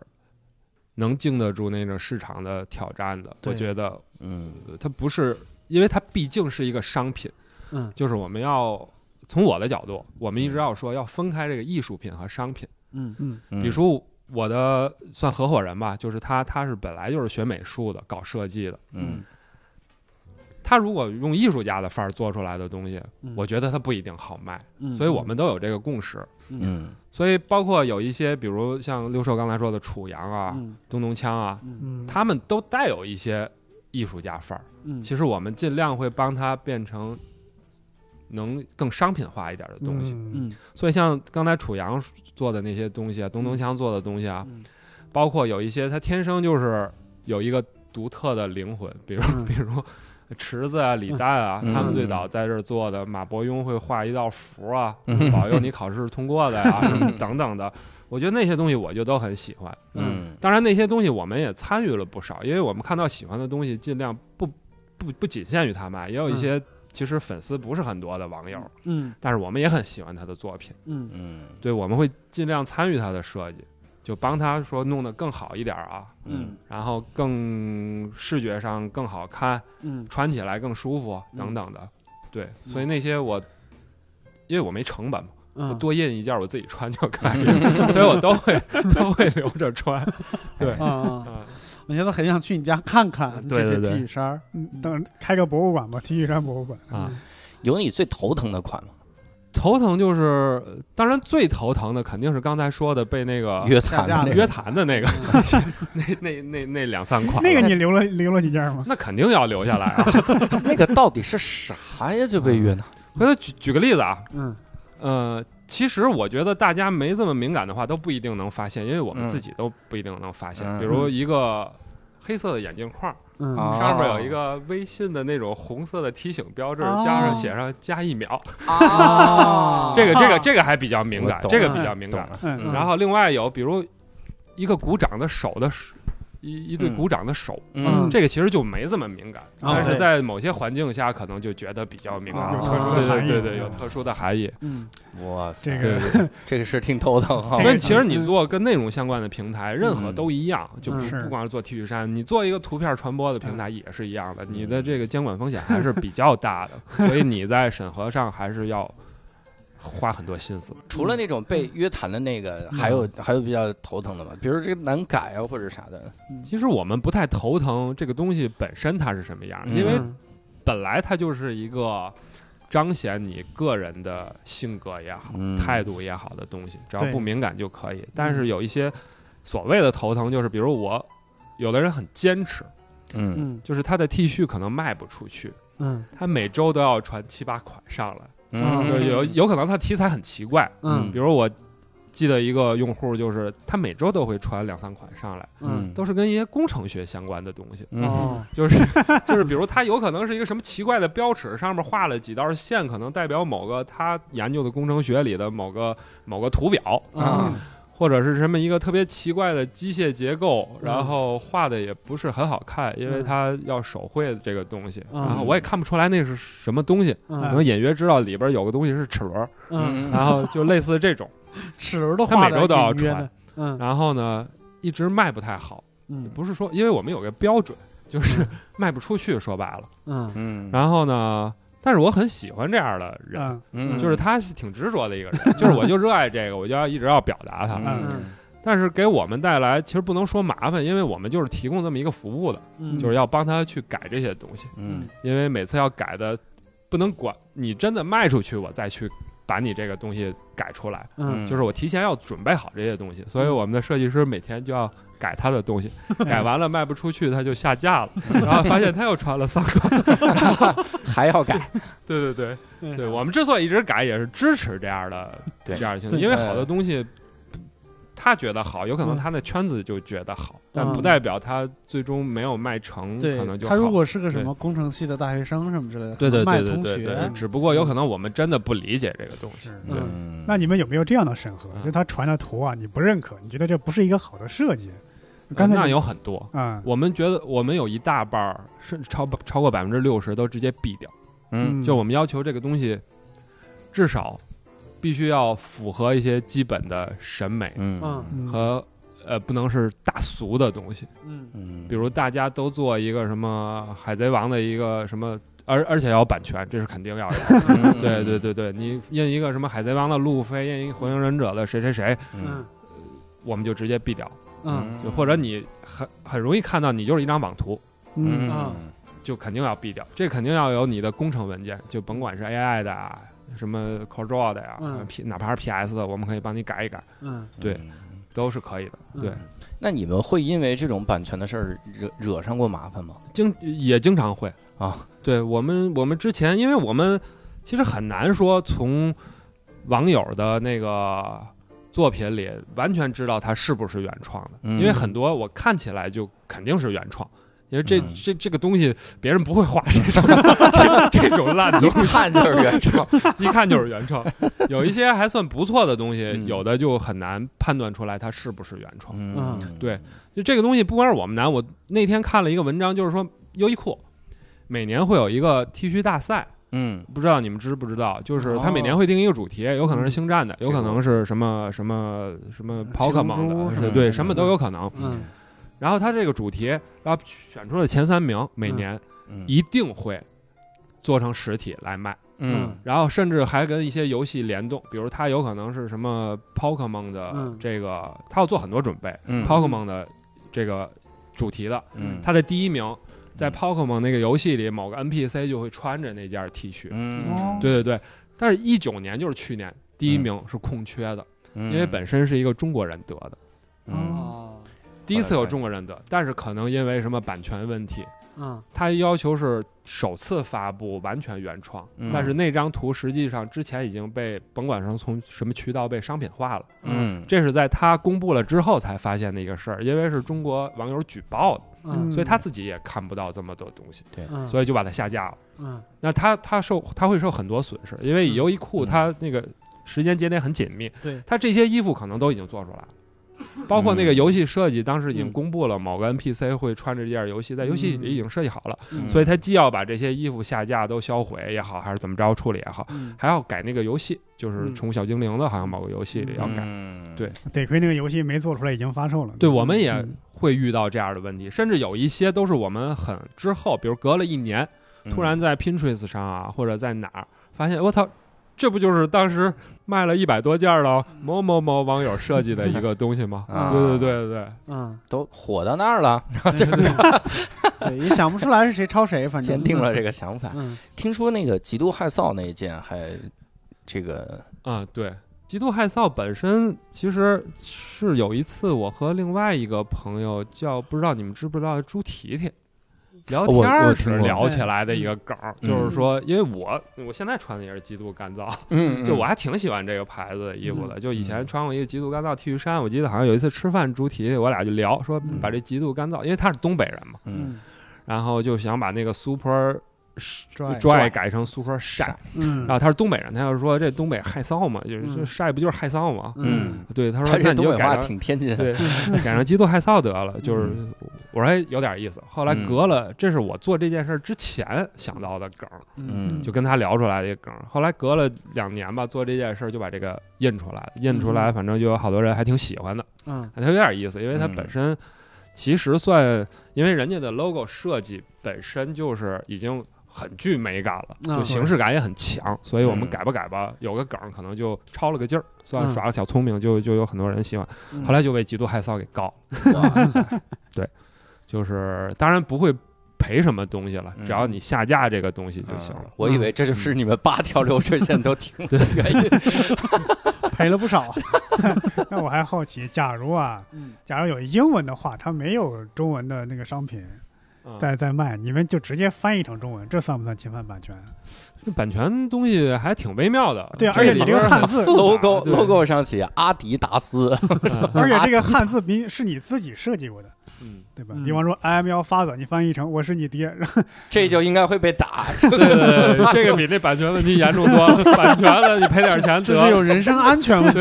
能经得住那种市场的挑战的。对我觉得嗯呃它不是，因为它毕竟是一个商品，嗯就是我们要从我的角度，我们一直要说要分开这个艺术品和商品。嗯嗯嗯，比如说我的算合伙人吧，就是他，他是本来就是学美术的，搞设计的。嗯，他如果用艺术家的范儿做出来的东西，嗯我觉得他不一定好卖，嗯所以我们都有这个共识。嗯所以包括有一些，比如像六兽刚才说的楚阳啊、嗯东东锵啊，嗯嗯，他们都带有一些艺术家范儿。嗯，其实我们尽量会帮他变成能更商品化一点的东西。嗯嗯所以像刚才楚阳做的那些东西啊，东东锵做的东西啊，嗯包括有一些他天生就是有一个独特的灵魂，比如、嗯 比如池子啊、李诞啊，嗯他们最早在这儿做的，马伯庸会画一道符啊，嗯保佑你考试通过的呀、啊嗯等等的。我觉得那些东西我就都很喜欢，嗯当然那些东西我们也参与了不少，因为我们看到喜欢的东西，尽量不不不仅限于他啊卖，也有一些其实粉丝不是很多的网友，嗯但是我们也很喜欢他的作品。嗯嗯对，我们会尽量参与他的设计，就帮他说弄得更好一点啊，嗯然后更视觉上更好看，嗯穿起来更舒服嗯等等的。对，嗯所以那些我，因为我没成本嘛，我嗯，多印一件我自己穿就可以了，所以我都会都会留着穿。对，啊 啊，啊，我现在很想去你家看看对这些对对 T 恤衫儿。嗯，等开个博物馆吧，T 恤衫博物馆啊，有你最头疼的款吗？头疼就是，呃当然最头疼的肯定是刚才说的被那个啊约谈下的架约谈的那个那那那那两三款，那个你留了留了几件吗？那肯定要留下来啊。那个到底是啥呀？就被约呢？回头举举个例子啊，嗯呃，其实我觉得大家没这么敏感的话，都不一定能发现，因为我们自己都不一定能发现。嗯比如一个黑色的眼镜框，嗯啊上面有一个微信的那种红色的提醒标志，哦加上写上加一秒， 啊这个这个这个还比较敏感哦我，懂这个比较敏感。嗯嗯然后另外有比如一个鼓掌的手的手一一对嗯鼓掌的手，嗯哦这个其实就没这么敏感，啊但是对在某些环境下可能就觉得比较敏感，啊有特殊的对含义对对对，有啊特殊的含义。嗯哇塞，这对个对这个是挺头疼啊哦这所个以其实你嗯做跟内容相关的平台，任何都一样，就不嗯是不光是做 T 恤衫，你做一个图片传播的平台也是一样的，你嗯的这个监管风险还是比较大的， 所以你在审核上还是要花很多心思。除了那种被约谈的那个，还有还有比较头疼的吗？比如这个难改啊，或者啥的。其实我们不太头疼这个东西本身它是什么样，嗯因为嗯本来它就是一个彰显你个人的性格也好、嗯态度也好的东西，只要对嗯不敏感就可以。但是有一些所谓的头疼，就是比如我，有的人很坚持。嗯嗯就是他的 T 恤可能卖不出去，嗯他每周都要传七八款上来，嗯就是有有可能他题材很奇怪，嗯比如我记得一个用户就是他每周都会传两三款上来，嗯都是跟一些工程学相关的东西，嗯哦就是 就是比如他有可能是一个什么奇怪的标尺，上面画了几道线，可能代表某个他研究的工程学里的某个某个图表，嗯啊或者是什么一个特别奇怪的机械结构，嗯然后画的也不是很好看，因为嗯它要手绘这个东西，嗯然后我也看不出来那是什么东西，可嗯能隐约知道里边有个东西是齿轮儿，嗯，然后就类似 这种，齿轮都嗯他画每的周都要传的，嗯然后呢一直卖不太好，嗯不是说因为我们有个标准，就是 卖不出去，说白了，嗯嗯然后呢，但是我很喜欢这样的人。嗯嗯就是他是挺执着的一个人，就是我就热爱这个，我就要一直要表达它。嗯但是给我们带来其实不能说麻烦，因为我们就是提供这么一个服务的，嗯就是要帮他去改这些东西，嗯因为每次要改的不能管你真的卖出去，我再去把你这个东西改出来，嗯嗯就是我提前要准备好这些东西，所以我们的设计师每天就要改他的 东西，改完了卖不出去，他就下架了，然后发现他又穿了三个。还要改，对对对对，我们之所以一直改，也是支持这样的这对样的行对为，因为好多东西他觉得好，有可能他的圈子就觉得好，但不嗯代表他最终没有卖成，对可能，就他好。如果是个什么工程系的大学生什么之类的，对对卖对对同对对对学，，只不过有可能我们真的不理解这个东西。是对嗯嗯，那你们有没有这样的审核？就他传的图啊，你不认可，你觉得这不是一个好的设计？刚才呃那你有很多，啊，我们觉得我们有一大半儿甚至超超过百分之六十都直接毙掉。嗯，就我们要求这个东西，至少必须要符合一些基本的审美嗯嗯和呃，不能是大俗的东西。 嗯嗯， 比如大家都做一个什么海贼王的一个什么，而而且要有版权，这是肯定要 有的。嗯对对，对对，你印一个什么海贼王的路飞，印一个火影忍者的谁谁谁，嗯我们就直接毙掉。嗯就或者你很很容易看到，你就是一张网图，嗯啊就肯定要毙掉。这肯定要有你的工程文件，就甭管是 AI 的啊，什么 CorelDRAW 的呀、嗯 P 哪怕是 PS 的，我们可以帮你改一改，嗯对嗯都是可以的。嗯对，那你们会因为这种版权的事儿惹惹上过麻烦 吗？经也经常会啊。对我们，我们之前，因为我们其实很难说从网友的那个作品里完全知道它是不是原创的，嗯因为很多我看起来就肯定是原创。因为这、嗯这这个东西，别人不会画这种这这种烂东西，看就是 原创，一看就是原创。有一些还算不错的东西，嗯有的就很难判断出来它是不是原创。嗯，对，就这个东西不光是我们难，我那天看了一个文章，就是说优衣库每年会有一个 T 恤大赛，嗯不知道你们知不知道？就是它哦每年会定一个主题，有可能是星战的，有可这个能是什么什么什么七 Pokemon 龙珠么什的，是的对，什么都有可能。嗯然后它这个主题，然后选出了前三名，每嗯年嗯一定会做成实体来卖。嗯然后甚至还跟一些游戏联动，比如它有可能是什么 Pokemon 的嗯这个，它要做很多准备、嗯 p o k e m o n 的这个主题的，嗯，它的第一名在嗯 Pokemon 那个游戏里，某个 NPC 就会穿着那件 T 恤，嗯，对对对。但是，一九年就是去年，第一名是空缺的，嗯，因为本身是一个中国人得的，嗯哦第一次有中国人得，但是可能因为什么版权问题，嗯它要求是首次发布完全原创，嗯但是那张图实际上之前已经被甭管是从什么渠道被商品化了。嗯，这是在他公布了之后才发现的一个事儿，因为是中国网友举报的，嗯所以他自己也看不到这么多东西，嗯，所以就把它下架了。嗯那他他受他会受很多损失，因为优衣库嗯它那个时间节点很紧密，对嗯它这些衣服可能都已经做出来了。包括那个游戏设计，当时已经公布了某个 NPC 会穿着这件游戏，在游戏里已经设计好了，嗯所以他既要把这些衣服下架都销毁也好，还是怎么着处理也好，嗯还要改那个游戏，就是嗯宠物小精灵的，好像某个游戏里要改。改？对得亏那个游戏没做出来，已经发售了。对，我们也嗯会遇到这样的问题，甚至有一些都是我们很之后，比如隔了一年，突然在 Pinterest 上啊，或者在哪儿发现，我操，这不就是当时卖了一百多件儿的某某某网友设计的一个东西吗 啊对对对对对， 嗯，都火到那儿 了，对对对对，也想不出来是谁抄谁，反正坚定了这个想法。嗯听说那个极度害臊那一件还这个啊，对，极度害臊本身其实是有一次我和另外一个朋友叫不知道你们知不知道朱提提。聊哦我天儿我时听过聊起来的一个梗儿，嗯就是说，因为我我现在穿的也是极度干燥，嗯就我还挺喜欢这个牌子的衣服的。就以前穿过一个极度干燥 T 恤衫，我记得好像有一次吃饭，朱提提我俩就聊说嗯把这极度干燥，因为他是东北人嘛，嗯嗯然后就想把那个 Super Dry Dry 改成 Super Shine，嗯然后他是东北人，他就说这东北害臊嘛，就是嗯就晒不就是害臊嘛？嗯，对，他说他那这你东就北话改成挺天津的，对，改成极度害臊得了。就是我说哎有点意思。后来嗯隔了，这是我做这件事儿之前想到的梗儿，嗯就跟他聊出来的一个梗儿。后来隔了两年吧，做这件事儿就把这个印出来，印出来，反正就有好多人还挺喜欢的，嗯它有点意思，因为它嗯本身其实算，因为人家的 logo 设计本身就是已经。很具美感了，啊就形式感也很强，所以我们嗯改吧改吧，有个梗儿可能就抄了个劲儿，算嗯耍个小聪明，就就有很多人喜欢。嗯后来就被极度害臊给告了，就是当然不会赔什么东西了，嗯只要你下架这个东西就就行行了嗯了。。我以为这就是你们八条流水线都听的原因。赔了 不少啊。那我还好奇，假如啊，嗯，假如有英文的话，它没有中文的那个商品嗯在在卖，你们就直接翻译成中文，这算不算侵犯版权？这版权东西还挺微妙的。对啊，这而且你里这边个儿汉很字， logo 对 logo 上写阿迪达斯， 嗯而且这个汉字比是你自己设计过的，嗯对吧？嗯比方说 I am your father，你翻译成我是你爹，然后这就应该会被打。对对对，这个比那版权问题严重多了。版权的你赔点 钱这是得有人身安 全问题。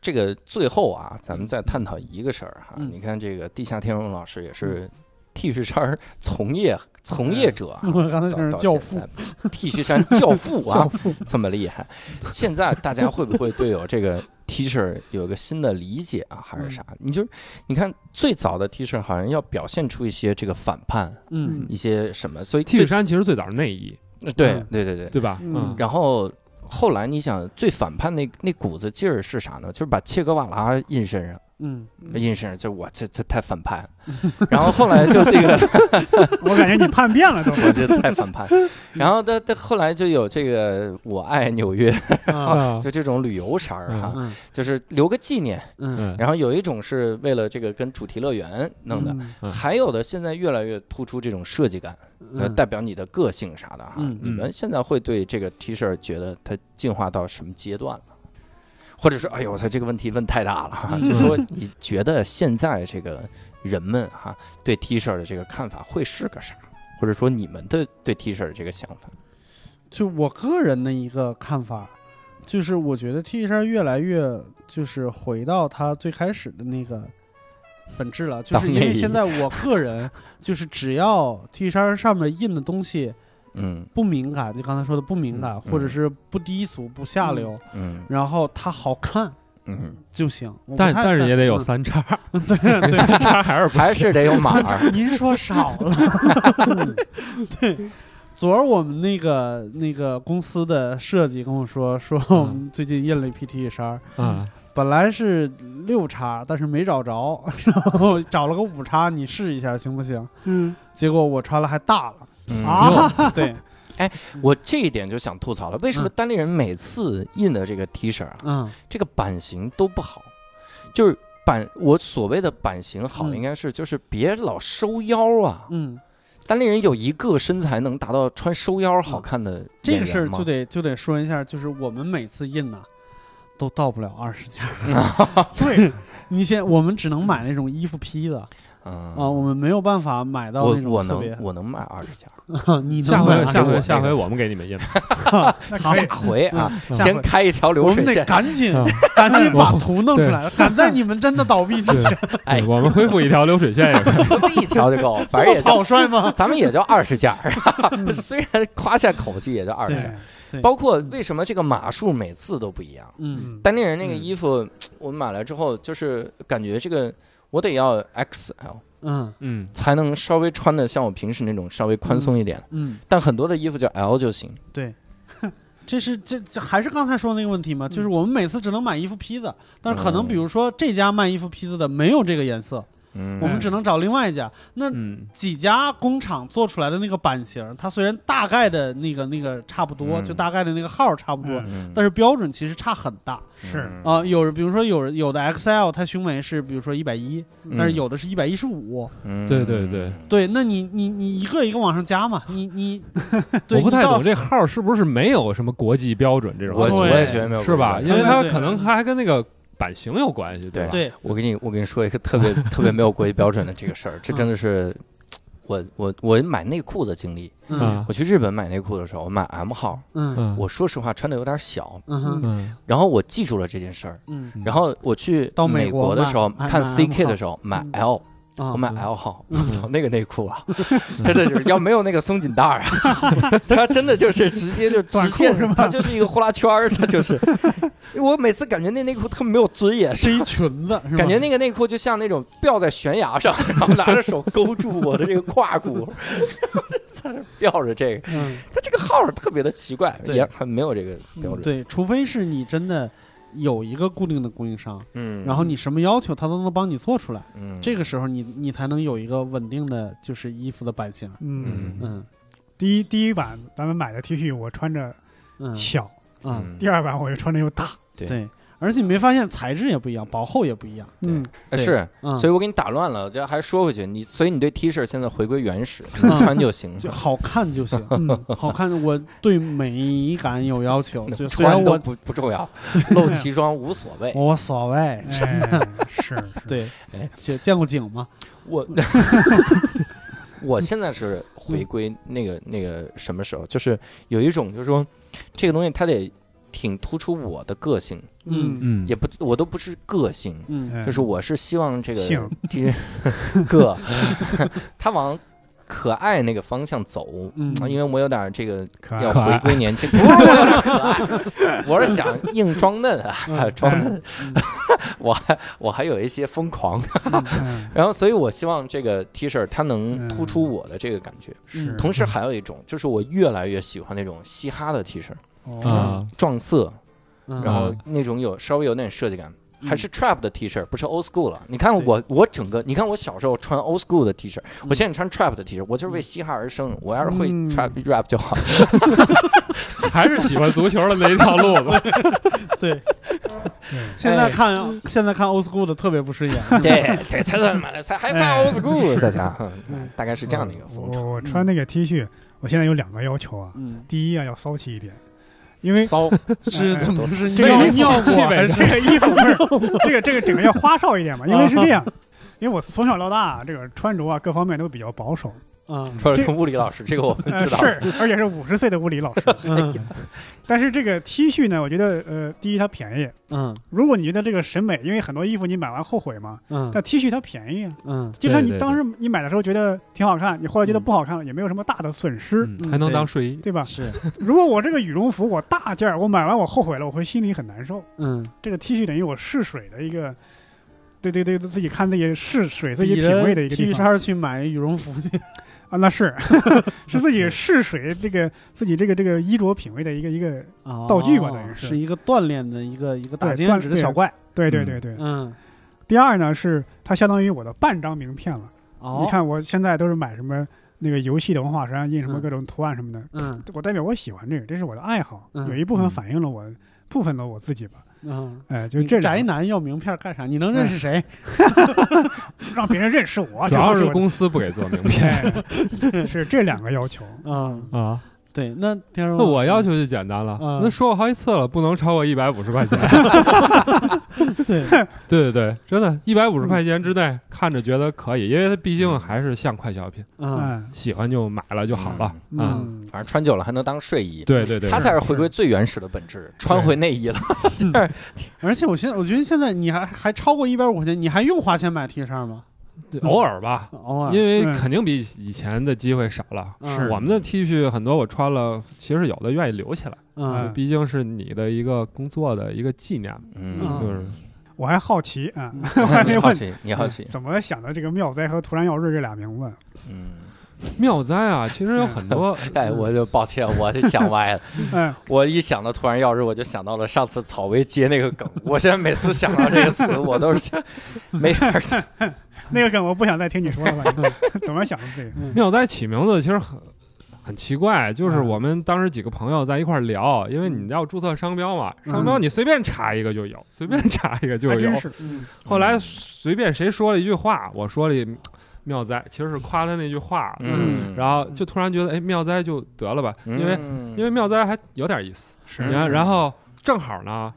这个最后啊，咱们再探讨一个事儿哈。嗯你看这个地下天文老师也是 T 恤衫从业从业者啊， 我刚才到 想是到嗯教现父，在 T 恤衫教父 教啊，父，这么厉害。现在大家会不会对有这个 T 恤有个新的理解啊，还嗯是啥？你就是你看最早的 T 恤好像要表现出一些这个反叛，嗯一些什么，所以 T 恤最衫其实最早是内衣，对嗯对对对。对吧？嗯嗯，然后后来你想最反叛那那股子劲儿是啥呢？就是把切格瓦拉印身上。嗯，印身上，就我这这太反叛了，然后后来就这个， 我感觉你叛变了 都。我觉得太反叛，然后他他后来就有这个我爱纽约， 啊，就这啊种旅游衫儿哈，嗯 就是留个纪念。嗯嗯然后有一种是为了这个跟主题乐园弄的，嗯嗯还有的现在越来越突出这种设计感，呃，代表你的个性啥的哈。嗯你们现在会对这个 T 恤觉得它进化到什么阶段了？或者是，哎呦，我操，这个问题问太大了哈！嗯就说你觉得现在这个人们哈、对 T 恤的这个看法会是个啥？或者说你们的对 T 恤的这个想法？就我个人的一个看法，就是我觉得 T 恤衫越来越就是回到它最开始的那个本质了，就是因当为内衣现在我个人就是只要 T 恤衫上面印的东西嗯不敏感，就刚才说的不敏感，嗯或者是不低俗、不下流，嗯然后它好看嗯，就行。我不但太但是也得有嗯三叉，对 对，三叉 还是不还行是得 有 码儿。您说少了。 对，昨儿我们那个那个公司的设计跟我说，说我嗯们最近印了一批 T 恤衫儿，啊，本来是六叉，但是没找着， 然后找了个五叉，你试一下行不行？嗯结果我穿了还大了，嗯啊，对，我这一点就想吐槽了，为什么嗯单立人每次印的这个 T 恤啊， 嗯这个版型都不好？就是版，我所谓的版型好，嗯应该是就是别老收腰啊。嗯，单立人有一个身材能达到穿收腰好看的嗯这个演员事儿吗就得就得说一下，就是我们每次印呐、都到不了二十件儿， 对，你先，我们只能买那种衣服批的啊、嗯我们没有办法买到我那种我特 别能。我能买二十 件，你能下买回啊下我那回个下回我们给你们印吧，那可以下回 啊嗯先开一条流我们水得线，赶紧嗯 赶紧把我图弄出来，赶在你们真的倒闭之前，哎对我们恢复一条流水线也 可以。一条就够，了，反正这么也就草率吗？咱们也就二十件儿， 虽然夸下口气也就二十件儿，，对对包括为什么这个码数每次都不一样。嗯嗯，单立人那个嗯衣服，我买来之后，就是感觉这个我得要 XL 嗯嗯，才能稍微穿的像我平时那种稍微宽松一点，嗯，但很多的衣服就 L 就行。对。这是这这还是刚才说的那个问题吗？嗯就是我们每次只能买衣服坯子，但是可能嗯比如说这家卖衣服坯子的没有这个颜色，嗯我们只能找另外一家。那嗯，几家工厂做出来的那个版型，它虽然大概的那个那个差不多，嗯就大概的那个号差不多，嗯嗯但是标准其实差很大。是，啊、有人比如说有人有的 XL 它胸围是比如说一百一，嗯但是有的是一百一十五，嗯对对对，对，那你你你一个一个往上加嘛，你 你， 对我不太你到懂这号是不是没有什么国际标准这种我东西，我对也觉得没有是吧？问因题为对它对可嗯能还跟那个版型有关系，吧？啊对，我给你我给你说一个特别特别没有国际标准的这个事儿，嗯这真的是我我我买内裤的经历。嗯啊我去日本买内裤的时候，我买 M 号，嗯嗯，我说实话穿的有点小，嗯哼嗯然后我记住了这件事儿。嗯嗯然后我去到美美国的买时候，买看买 CK M 的时候买嗯 L，啊我买嗯 L 号，我嗯操，那个内裤 啊，真的就是要没有那个松紧带儿啊， 它真的就是直接 就直短裤线是吗，它就是一个呼啦圈儿，它就是。我每次感觉那内裤特没有尊严，是一 裙 子，是吧感觉那个内裤就像那种吊在悬崖上， 然后拿着手勾住我的这个胯骨， 在那吊着这个。嗯它这个号儿特别的奇怪，对也很没有这个标准。对，除非是你真的有一个固定的供应商，嗯然后你什么要求他都能帮你做出来，嗯这个时候你你才能有一个稳定的就是衣服的版型，嗯，嗯嗯第一第一版咱们买的 T 恤，我穿着嗯小，啊、嗯第二版我就穿的又大，对，而且你没发现材质也不一样，薄厚也不一样，对 嗯，，呃对是，嗯，所以我给你打乱了，我这还说回去，你所以你对 T 恤现在回归原始，你嗯穿就行， 就好看就行 嗯，好看，我对美感有要 求，就虽然穿都我不不重要，露脐装无所谓。无所谓哎，，是是，对哎，见见过景吗？我 我现在是回归那个那个什么时候，就是有一种就是说，这个东西它得挺突出我的个性，嗯嗯也不我都不是个性，嗯嗯就是我是希望这个性 T 个 它往可爱那个方向走。嗯啊因为我有点这个啊可要爱，回归年轻，不 是我有点可爱，我是想硬装嫩 啊，装嫩嗯。我还我还有一些疯狂，嗯然后所以我希望这个 T 恤它能突出我的这个感觉。嗯是，同时还有一种，就是我越来越喜欢那种嘻哈的 T 恤，哦，啊撞色，嗯然后嗯那种有稍微有点设计感。嗯还是 trap 的 T 恤，不是 old school 了。你看对我，我整个，你看我小时候穿 old school 的 T 恤，我现在穿 trap 的 T 恤，我就是为嘻哈而生。我要是会嗯 trap rap 就好。还是喜欢足球的那一条路子。对，对现在看现在看 old school 的特别不顺眼， 对，这他妈的，才还穿哎哦 old school，大家，嗯大概是这样的一个风我潮。嗯我穿那个 T 恤，我现在有两个要求啊，嗯，第一啊要骚气一点，因为骚，是哎怎么是这个尿衣服尿气过味还是这个衣服不是这个这个整个要花哨一点嘛，因为是这样，因为我从小到大这个穿着啊各方面都比较保守，嗯说的是物理老师，这个我们呃知道。是，而且是五十岁的物 理老师，嗯但是这个 T 恤呢，我觉得呃第一它便宜，嗯如果你觉得这个审美，因为很多衣服你买完后悔嘛，嗯但 T 恤它便宜啊，嗯就算对你对当时你买的时候觉得挺好看，你后来觉得嗯不好看了，也没有什么大的损失，嗯还能当睡衣，对吧？是如果我这个羽绒服我大件儿，我买完我后悔了，我会心里很难受。嗯，这个 T 恤等于我试水的一个，对对对，自己看自己试水、自己比品着味的一个 T 地方衫去买羽绒服去，啊，那 是是自己试水这个自己这个这个衣着品味的一个一个， 道具吧等于是哦是一个锻炼的一个一个打对尖锻指的小怪，对对嗯对对。嗯，第二呢，是它相当于我的半张名片了。哦，你，看我现在都是买什么那个游戏的文化衫，印什么嗯各种图案什么的，嗯我代表我喜欢这个，这是我的爱好，嗯有一部分嗯反映了我部分的我自己吧。嗯。哎，就你这两宅个男要名片干啥？你能认识谁？ 让别人认识我，这主要啊就是我的公司不给做名片 哎，是这两个要求。嗯，啊。对，那天那我要求求就简单了嗯，那说过好几次了，不能超过一百五十块钱。对，对对对，真的，一百五十块钱之内看着觉得可以，因为它毕竟还是像快消品，嗯嗯喜欢就买了就好了嗯啊。嗯，反正穿久了还能当睡衣。对对对，它才是回归最原始的本质，穿回内衣了。而且我现在我觉得现在你还还超过一百五块钱，你还用花钱买 T 恤吗？对偶尔吧，偶尔，因为嗯肯定比以前的机会少了。嗯是我们的 T 恤很多，我穿了，其实有的愿意留起来，嗯毕竟是你的一个工作的一个纪念嘛，嗯嗯，就是 我还好奇啊，嗯我还你没好问奇，你好 奇，怎么想的这个妙哉和突然耀日这俩名字。嗯，，妙哉啊，其实有很多哎，我就抱歉，我就想歪了。嗯，我一想到突然要是，我就想到了上次草薇接那个梗。我现在每次想到这个词，我都是没法儿想。那个梗我不想再听你说了吧？ 怎么想的这个？妙哉起名字其实很很奇怪，就是我们当时几个朋友在一块儿聊，因为你要注册商标嘛，嗯商标你随便查一个就有，随便查一个就还 有真。是，嗯后来随便谁说了一句话，我说了一妙哉，其实是夸他那句话，嗯，然后就突然觉得哎妙哉就得了吧，嗯因为因为妙哉还有点意思，是你看，然后正好呢，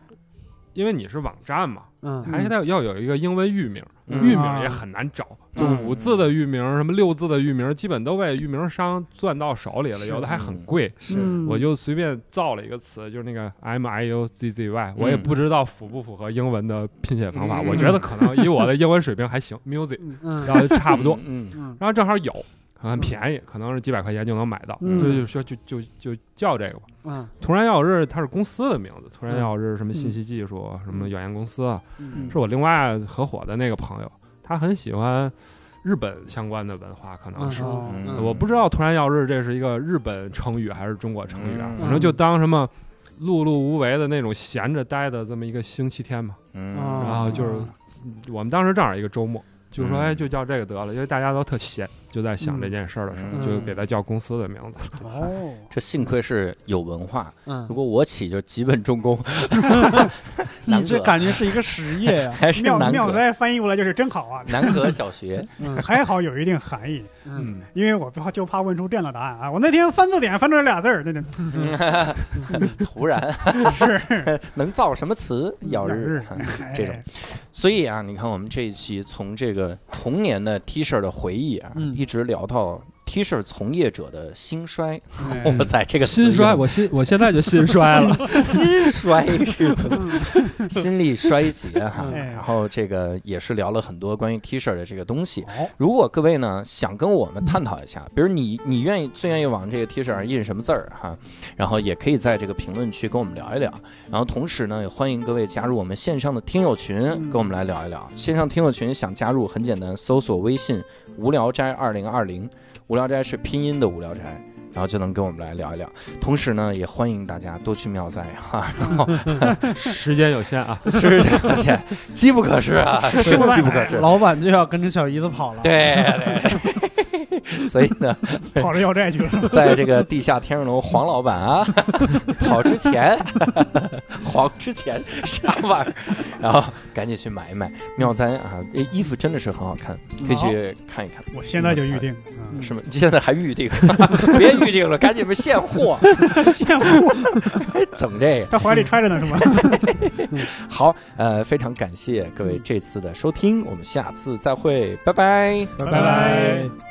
因为你是网站嘛，嗯还得要有一个英文域名，嗯域名也很难找，就嗯五字的域名、什么六字的域名，基本都被域名商攥到手里了，是有嗯的还很贵。嗯是我就随便造了一个词，就是那个 M I U Z Z Y，我也不知道符不符合英文的拼写方法，嗯我觉得可能以我的英文水平还行 ，music，嗯然后就差不多，嗯，嗯然后正好有，很便宜，可能是几百块钱就能买到，嗯所以就说就就就叫这个吧。嗯突然要日，它是公司的名字。突嗯然要日什么信息技术、什么有限公司啊，嗯是我另外合伙的那个朋友，他很喜欢日本相关的文化，可能是、哦嗯我不知道“突然要日”这是一个日本成语还是中国成语啊，嗯反正就当什么碌碌无为的那种闲着待的这么一个星期天嘛。嗯哦然后就是嗯哦我们当时正好一个周末，就说嗯哎，就叫这个得了，因为大家都特闲，就在想这件事儿的时候，嗯就给他叫公司的名字。嗯 哦，这幸亏是有文化，如嗯，果我起就基本重工，你这南哥感觉是一个实业呀、还是妙南妙葛哉翻译过来就是真好啊，南葛小学，嗯还好有一定含义，嗯，因为我怕就怕问出这样的答案啊。我那天翻字典翻出来俩字儿， 那那突然是能造什么词？咬日，哎这种所以啊，你看我们这一期从这个童年的 T 恤的回忆啊，嗯一直聊到 T 恤从业者的兴衰。哎哇塞，这个词心衰，用我心我现在就 心衰了。心衰是怎么心力衰竭哈、嗯然后这个也是聊了很多关于 T 恤的这个东西。哎哦，如果各位呢想跟我们探讨一下，比如你你愿意最愿意往这个 T 恤上印什么字儿哈，然后也可以在这个评论区跟我们聊一聊。然后同时呢，也欢迎各位加入我们线上的听友群，跟我们来聊一聊。线上听友群想加入很简单，搜索微信“无聊斋二零二零”，无聊斋是拼音的无聊斋。然后就能跟我们来聊一聊，同时呢，也欢迎大家多去妙哉哈，然后时间有限啊，吃这个去，机不可失啊，是不是机不可失。老板就要跟着小姨子跑了。，对 对，所以呢，跑着要债去 了。在这个地下天鹅楼黄老板啊， 跑之前， 黄之前啥玩意儿，然后赶紧去买一买妙哉啊，诶衣服真的是很好看，可以去看一看。我现在就预定， 嗯是吗？你现在还预定？ 别预定了，赶紧吧，现 货，羡慕整这个他怀里揣着呢是吧？好。呃，非常感谢各位这次的收听，我们下次再会，拜拜。拜拜。